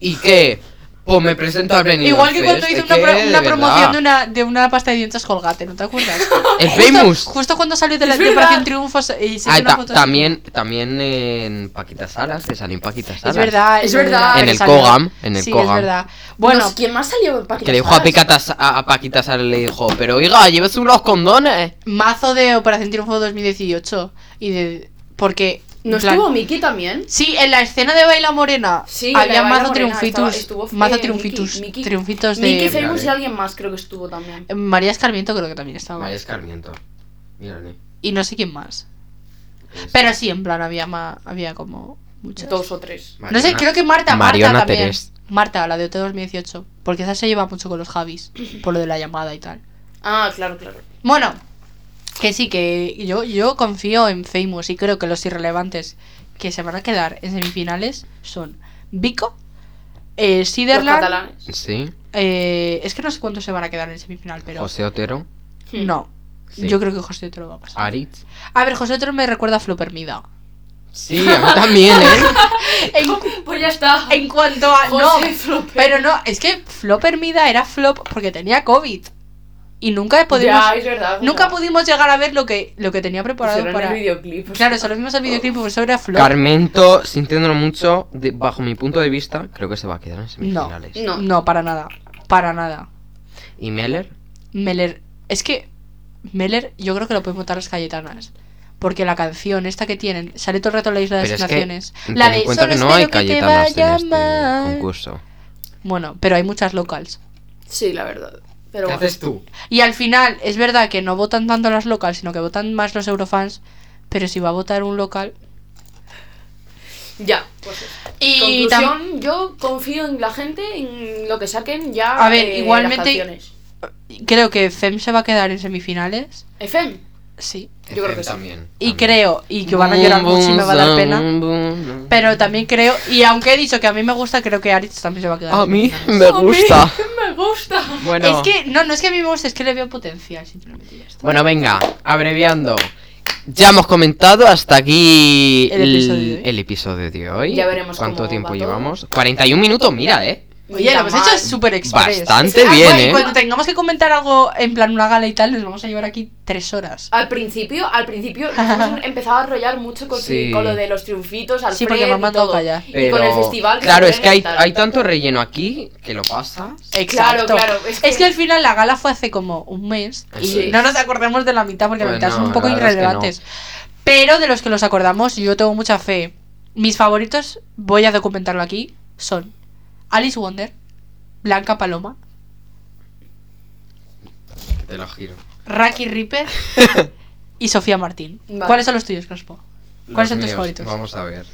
S2: y que O me presento al Benidorm
S1: Igual que cuando
S2: Fest,
S1: hizo
S2: es
S1: una,
S2: que,
S1: pro-
S2: de
S1: una
S2: verdad.
S1: promoción de una, de una pasta de dientes colgate, ¿no te acuerdas?
S2: El
S1: Justo-
S2: Famous.
S1: Justo cuando salió de la
S3: Es
S1: de Operación
S3: verdad.
S1: Triunfo se- y se hizo
S2: Ah,
S1: una
S2: ta-
S1: foto así.
S2: también, también en Paquita Salas, que salió en Paquita
S1: Es
S2: Salas.
S1: verdad, es,
S3: Es verdad.
S1: verdad.
S2: En
S1: que
S2: el
S1: salió.
S2: Cogam, en el
S1: sí,
S2: Cogam.
S1: es verdad. Bueno,
S3: ¿quién más salió en Paquita
S2: Que le dijo a, Picata Sa- a a Paquita Salas, le dijo, pero oiga, llévese unos condones.
S1: mazo de Operación Triunfo 2018 y de porque en
S3: ¿No
S1: plan-
S3: estuvo Miki también?
S1: Sí, en la escena de Baila Morena
S3: Sí, en la de
S1: había
S3: Baila
S1: mazo
S3: Morena
S1: triunfitus,
S3: estaba- estuvo fe-
S1: mazo
S3: Miki,
S1: triunfitus,
S3: Miki.
S1: triunfitos de
S3: Miki,
S2: Mira,
S3: Famous
S2: eh.
S3: y alguien más creo que estuvo también.
S1: María Escarmiento creo que también estaba.
S2: Escarmiento. Mírale.
S1: Y no sé quién más. Pero sí, en plan había ma- había como muchas.
S3: Dos o tres.
S1: No sé, creo que Marta,
S2: Mariona
S1: Marta también.
S2: Pérez.
S1: Marta, la de OT 2018, porque esa se lleva mucho con los Javis por lo de la llamada y tal.
S3: Ah, claro, claro.
S1: Bueno, que sí, que yo, yo confío en Famous y creo que los irrelevantes que se van a quedar en semifinales son Vico, eh,
S3: Los
S1: Siderland.
S3: catalanes.
S2: Sí,
S1: eh, es que no sé cuántos se van a quedar en semifinal, pero.
S2: José Otero,
S1: No.
S2: Sí. Ah.
S1: Yo creo que José Otero va a pasar.
S2: Aritz.
S1: A ver, José Otero me recuerda a Flo Permida.
S2: Sí, a mí también, ¿eh?
S1: En,
S3: Pues ya está.
S1: en cuanto a.
S3: José
S1: no,
S3: Flo Permida.
S1: pero no, es que Flo Permida era flop porque tenía COVID. Y nunca pudimos,
S3: Ya, es verdad.
S1: nunca pudimos llegar a ver lo que, lo que tenía preparado
S3: Pusieron
S1: para.
S3: el videoclip.
S1: Claro, solo vimos el videoclip por eso era flop.
S2: Carmento, sintiéndolo mucho, de- bajo mi punto de vista, creo que se va a quedar en semifinales.
S3: No.
S1: No, para nada. Para nada.
S2: ¿Y Meller?
S1: Meller. Es que. Meller, yo creo que lo pueden votar las Cayetanas. Porque la canción esta que tienen sale todo el rato en la isla de
S2: Pero
S1: las
S2: es que
S1: naciones.
S2: ten
S1: la
S2: en
S1: de
S2: cuenta
S1: solo
S2: que no hay
S1: espero que te
S2: Cayetanas en
S1: vaya
S2: este
S1: mal.
S2: concurso.
S1: Bueno, pero hay muchas locals.
S3: Sí, la verdad. Pero bueno.
S2: tú?
S1: Y al final, es verdad que no votan tanto las locals, sino que votan más los eurofans. Pero si va a votar un local.
S3: Ya, pues eso.
S1: Y tam-
S3: Conclusión, yo confío en la gente, en lo que saquen ya.
S1: A ver,
S3: eh,
S1: igualmente-
S3: las canciones.
S1: creo que FEM se va a quedar en semifinales.
S3: FM.
S1: Sí.
S3: E Yo creo que sí.
S2: E también.
S1: Y creo, y que van a llorar mucho y me va a dar pena. Pero también creo, y aunque he dicho que a mí me gusta, creo que Aritz también se va a quedar.
S2: A mí me gusta.
S3: Me gusta.
S2: Bueno.
S1: Es que, no, no es que a mí me guste, es que le veo potencial, simplemente. Ya está.
S2: Bueno, venga, abreviando. Ya hemos comentado hasta aquí
S1: El episodio de hoy.
S2: el episodio de hoy.
S3: Ya veremos
S2: cuánto
S3: cómo
S2: tiempo
S3: va todo.
S2: llevamos. 41 minutos, mira, eh.
S1: Oye, lo hemos
S3: Ni tan
S1: hecho
S3: mal.
S1: súper express.
S2: Bastante
S1: Ah,
S2: bien,
S1: bueno, y
S2: ¿eh?
S1: Cuando tengamos que comentar algo en plan una gala y tal, nos vamos a llevar aquí tres horas.
S3: Al principio, al principio nos hemos empezado a enrollar mucho con,
S2: Sí.
S3: con lo de los triunfitos, al
S1: Sí, porque me han mandado callar.
S3: Y con el
S2: Pero-
S3: festival. que
S2: Claro,
S3: se
S2: es que hay,
S3: organiza.
S2: hay tanto relleno aquí que lo pasa.
S1: Eh, Exacto.
S3: Eh, claro, es que-
S1: al final la gala fue hace como un mes y
S2: Sí.
S1: no nos acordamos de la mitad porque
S2: Pues
S1: la mitad
S2: no,
S1: son un
S2: la
S1: poco
S2: verdad es que
S1: irrelevantes. Pero de los que los acordamos, yo tengo mucha fe. Mis favoritos, voy a documentarlo aquí, son Alice Wonder, Blanca Paloma,
S2: Te lo giro.
S1: Raki Ripper y Sofía Martín.
S3: Vale.
S1: ¿Cuáles son los tuyos, Crespo? ¿Cuáles son tus favoritos?
S2: Vamos a ver.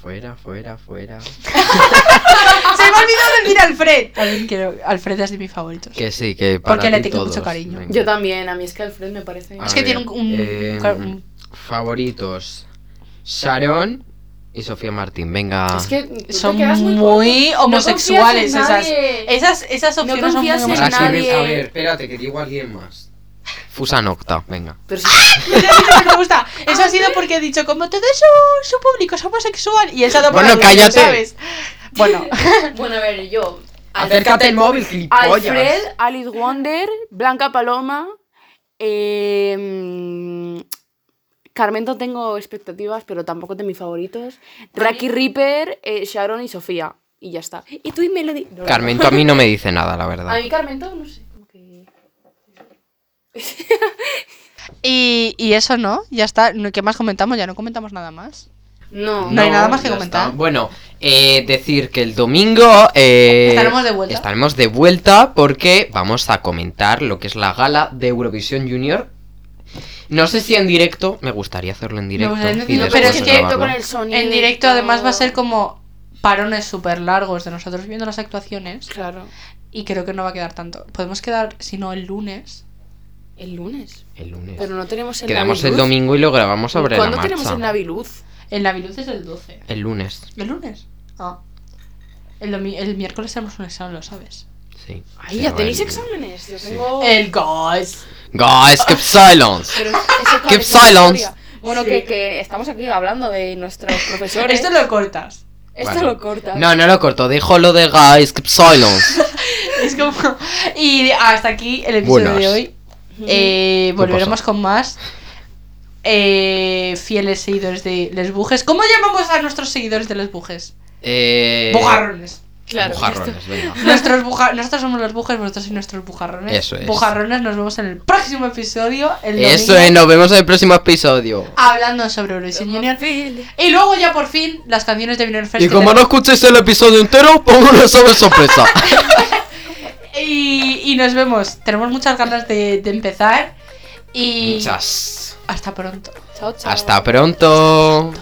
S2: Fuera, fuera, fuera.
S1: Se me ha olvidado decir Alfred. También quiero, Alfred es de mis favoritos.
S2: Que sí, que para
S1: Porque le
S2: ti
S1: tengo mucho
S2: todos.
S1: cariño.
S2: Venga.
S3: Yo también, a mí es que Alfred me parece.
S2: A em,
S1: Es que tiene un- un- claro, un-
S2: Favoritos. Sharon y Sofía Martín. Venga.
S3: Es que tú te
S1: Son
S3: quedas
S1: muy,
S3: corto.
S1: homosexuales
S3: No
S1: esas,
S3: confías en nadie.
S1: esas. Esas opciones son muy
S3: confías en
S2: Ahora
S1: homosexuales.
S2: Ah, sí,
S3: nadie.
S2: ves- a ver, espérate, que digo a alguien más. Fusa Nocta, venga.
S3: Pero sí,
S1: me gusta. Eso ha sido porque he dicho, como todo su, su público es homosexual. Y él se ha dado por
S2: Bueno,
S1: algún lado,
S2: cállate.
S1: ¿sabes? Bueno,
S3: bueno, a ver, yo.
S2: el móvil,
S3: Alfred, Alice Wonder, Blanca Paloma. Eh, Carmento tengo expectativas, pero tampoco de mis favoritos. Raki Reaper, eh, Sharon y Sofía. Y ya está. Y tú y Melody. No, no.
S2: Carmento a mí no me dice nada, la
S3: A
S2: verdad.
S3: mí Carmento, no sé. como que-
S1: y, y eso no, ya está. No- ¿Qué más comentamos? Ya no comentamos nada más.
S3: No.
S1: No hay nada más que
S2: ya
S1: comentar.
S2: está. Bueno, eh, decir que el domingo eh,
S1: Estaremos de vuelta.
S2: estaremos de vuelta porque vamos a comentar lo que es la gala de Eurovisión Junior. No sé si en directo, me gustaría hacerlo en directo.
S1: gustaría
S2: y
S1: hacerlo,
S2: después
S1: pero es que-
S2: grabarlo.
S3: con el sonido.
S1: En directo, además, va a ser como parones súper largos de nosotros viendo las actuaciones.
S3: Claro.
S1: Y creo que no va a quedar tanto. Podemos quedar, si no, el lunes.
S3: El lunes.
S2: El lunes.
S3: Pero no tenemos el
S2: Quedamos el
S3: Naviluz.
S2: domingo y lo grabamos sobre la
S3: ¿Cuándo
S2: marcha.
S3: tenemos el Naviluz?
S1: El Naviluz es el 12.
S2: El lunes,
S1: ¿El lunes? Ah. El, domi- el miércoles tenemos un examen, lo sabes.
S2: sí.
S3: Ay,
S2: Pero
S3: ya tenéis
S2: el-
S3: exámenes. Yo tengo.
S1: El guys.
S2: Guys, keep silence.
S3: Pero eso
S2: Keep
S3: es otra
S2: silence.
S3: historia. Bueno, que, que estamos aquí hablando de nuestros profesores.
S1: Esto lo cortas.
S3: Esto
S2: Vale.
S3: lo corta.
S2: No, no lo corto, dijo lo de guys, keep silence.
S1: Es como. Y hasta aquí el episodio
S2: Buenas.
S1: de hoy. Eh,
S2: ¿Qué
S1: volveremos
S2: pasa?
S1: con más. Eh, fieles seguidores de Les Bujes. ¿Cómo llamamos a nuestros seguidores de Les Bujes?
S2: Eh,
S1: Bujarrones.
S3: Claro.
S2: Bujarrones, venga.
S1: Nuestros buja- Nosotros somos los bujes, vosotros y nuestros bujarrones.
S2: Eso es.
S1: Bujarrones, nos vemos en el próximo episodio. El
S2: Eso
S1: domingo,
S2: es, nos vemos en el próximo episodio.
S1: Hablando sobre Eurovision Junior. Y luego ya por fin las canciones de Vinyl Fest.
S2: Y
S1: que
S2: como no
S1: tenemos.
S2: escuchéis el episodio entero, pongo una sobre sorpresa.
S1: Y, y nos vemos. Tenemos muchas ganas de, de empezar. Y
S2: Muchas.
S1: hasta pronto.
S3: Chao, chao.
S2: Hasta pronto.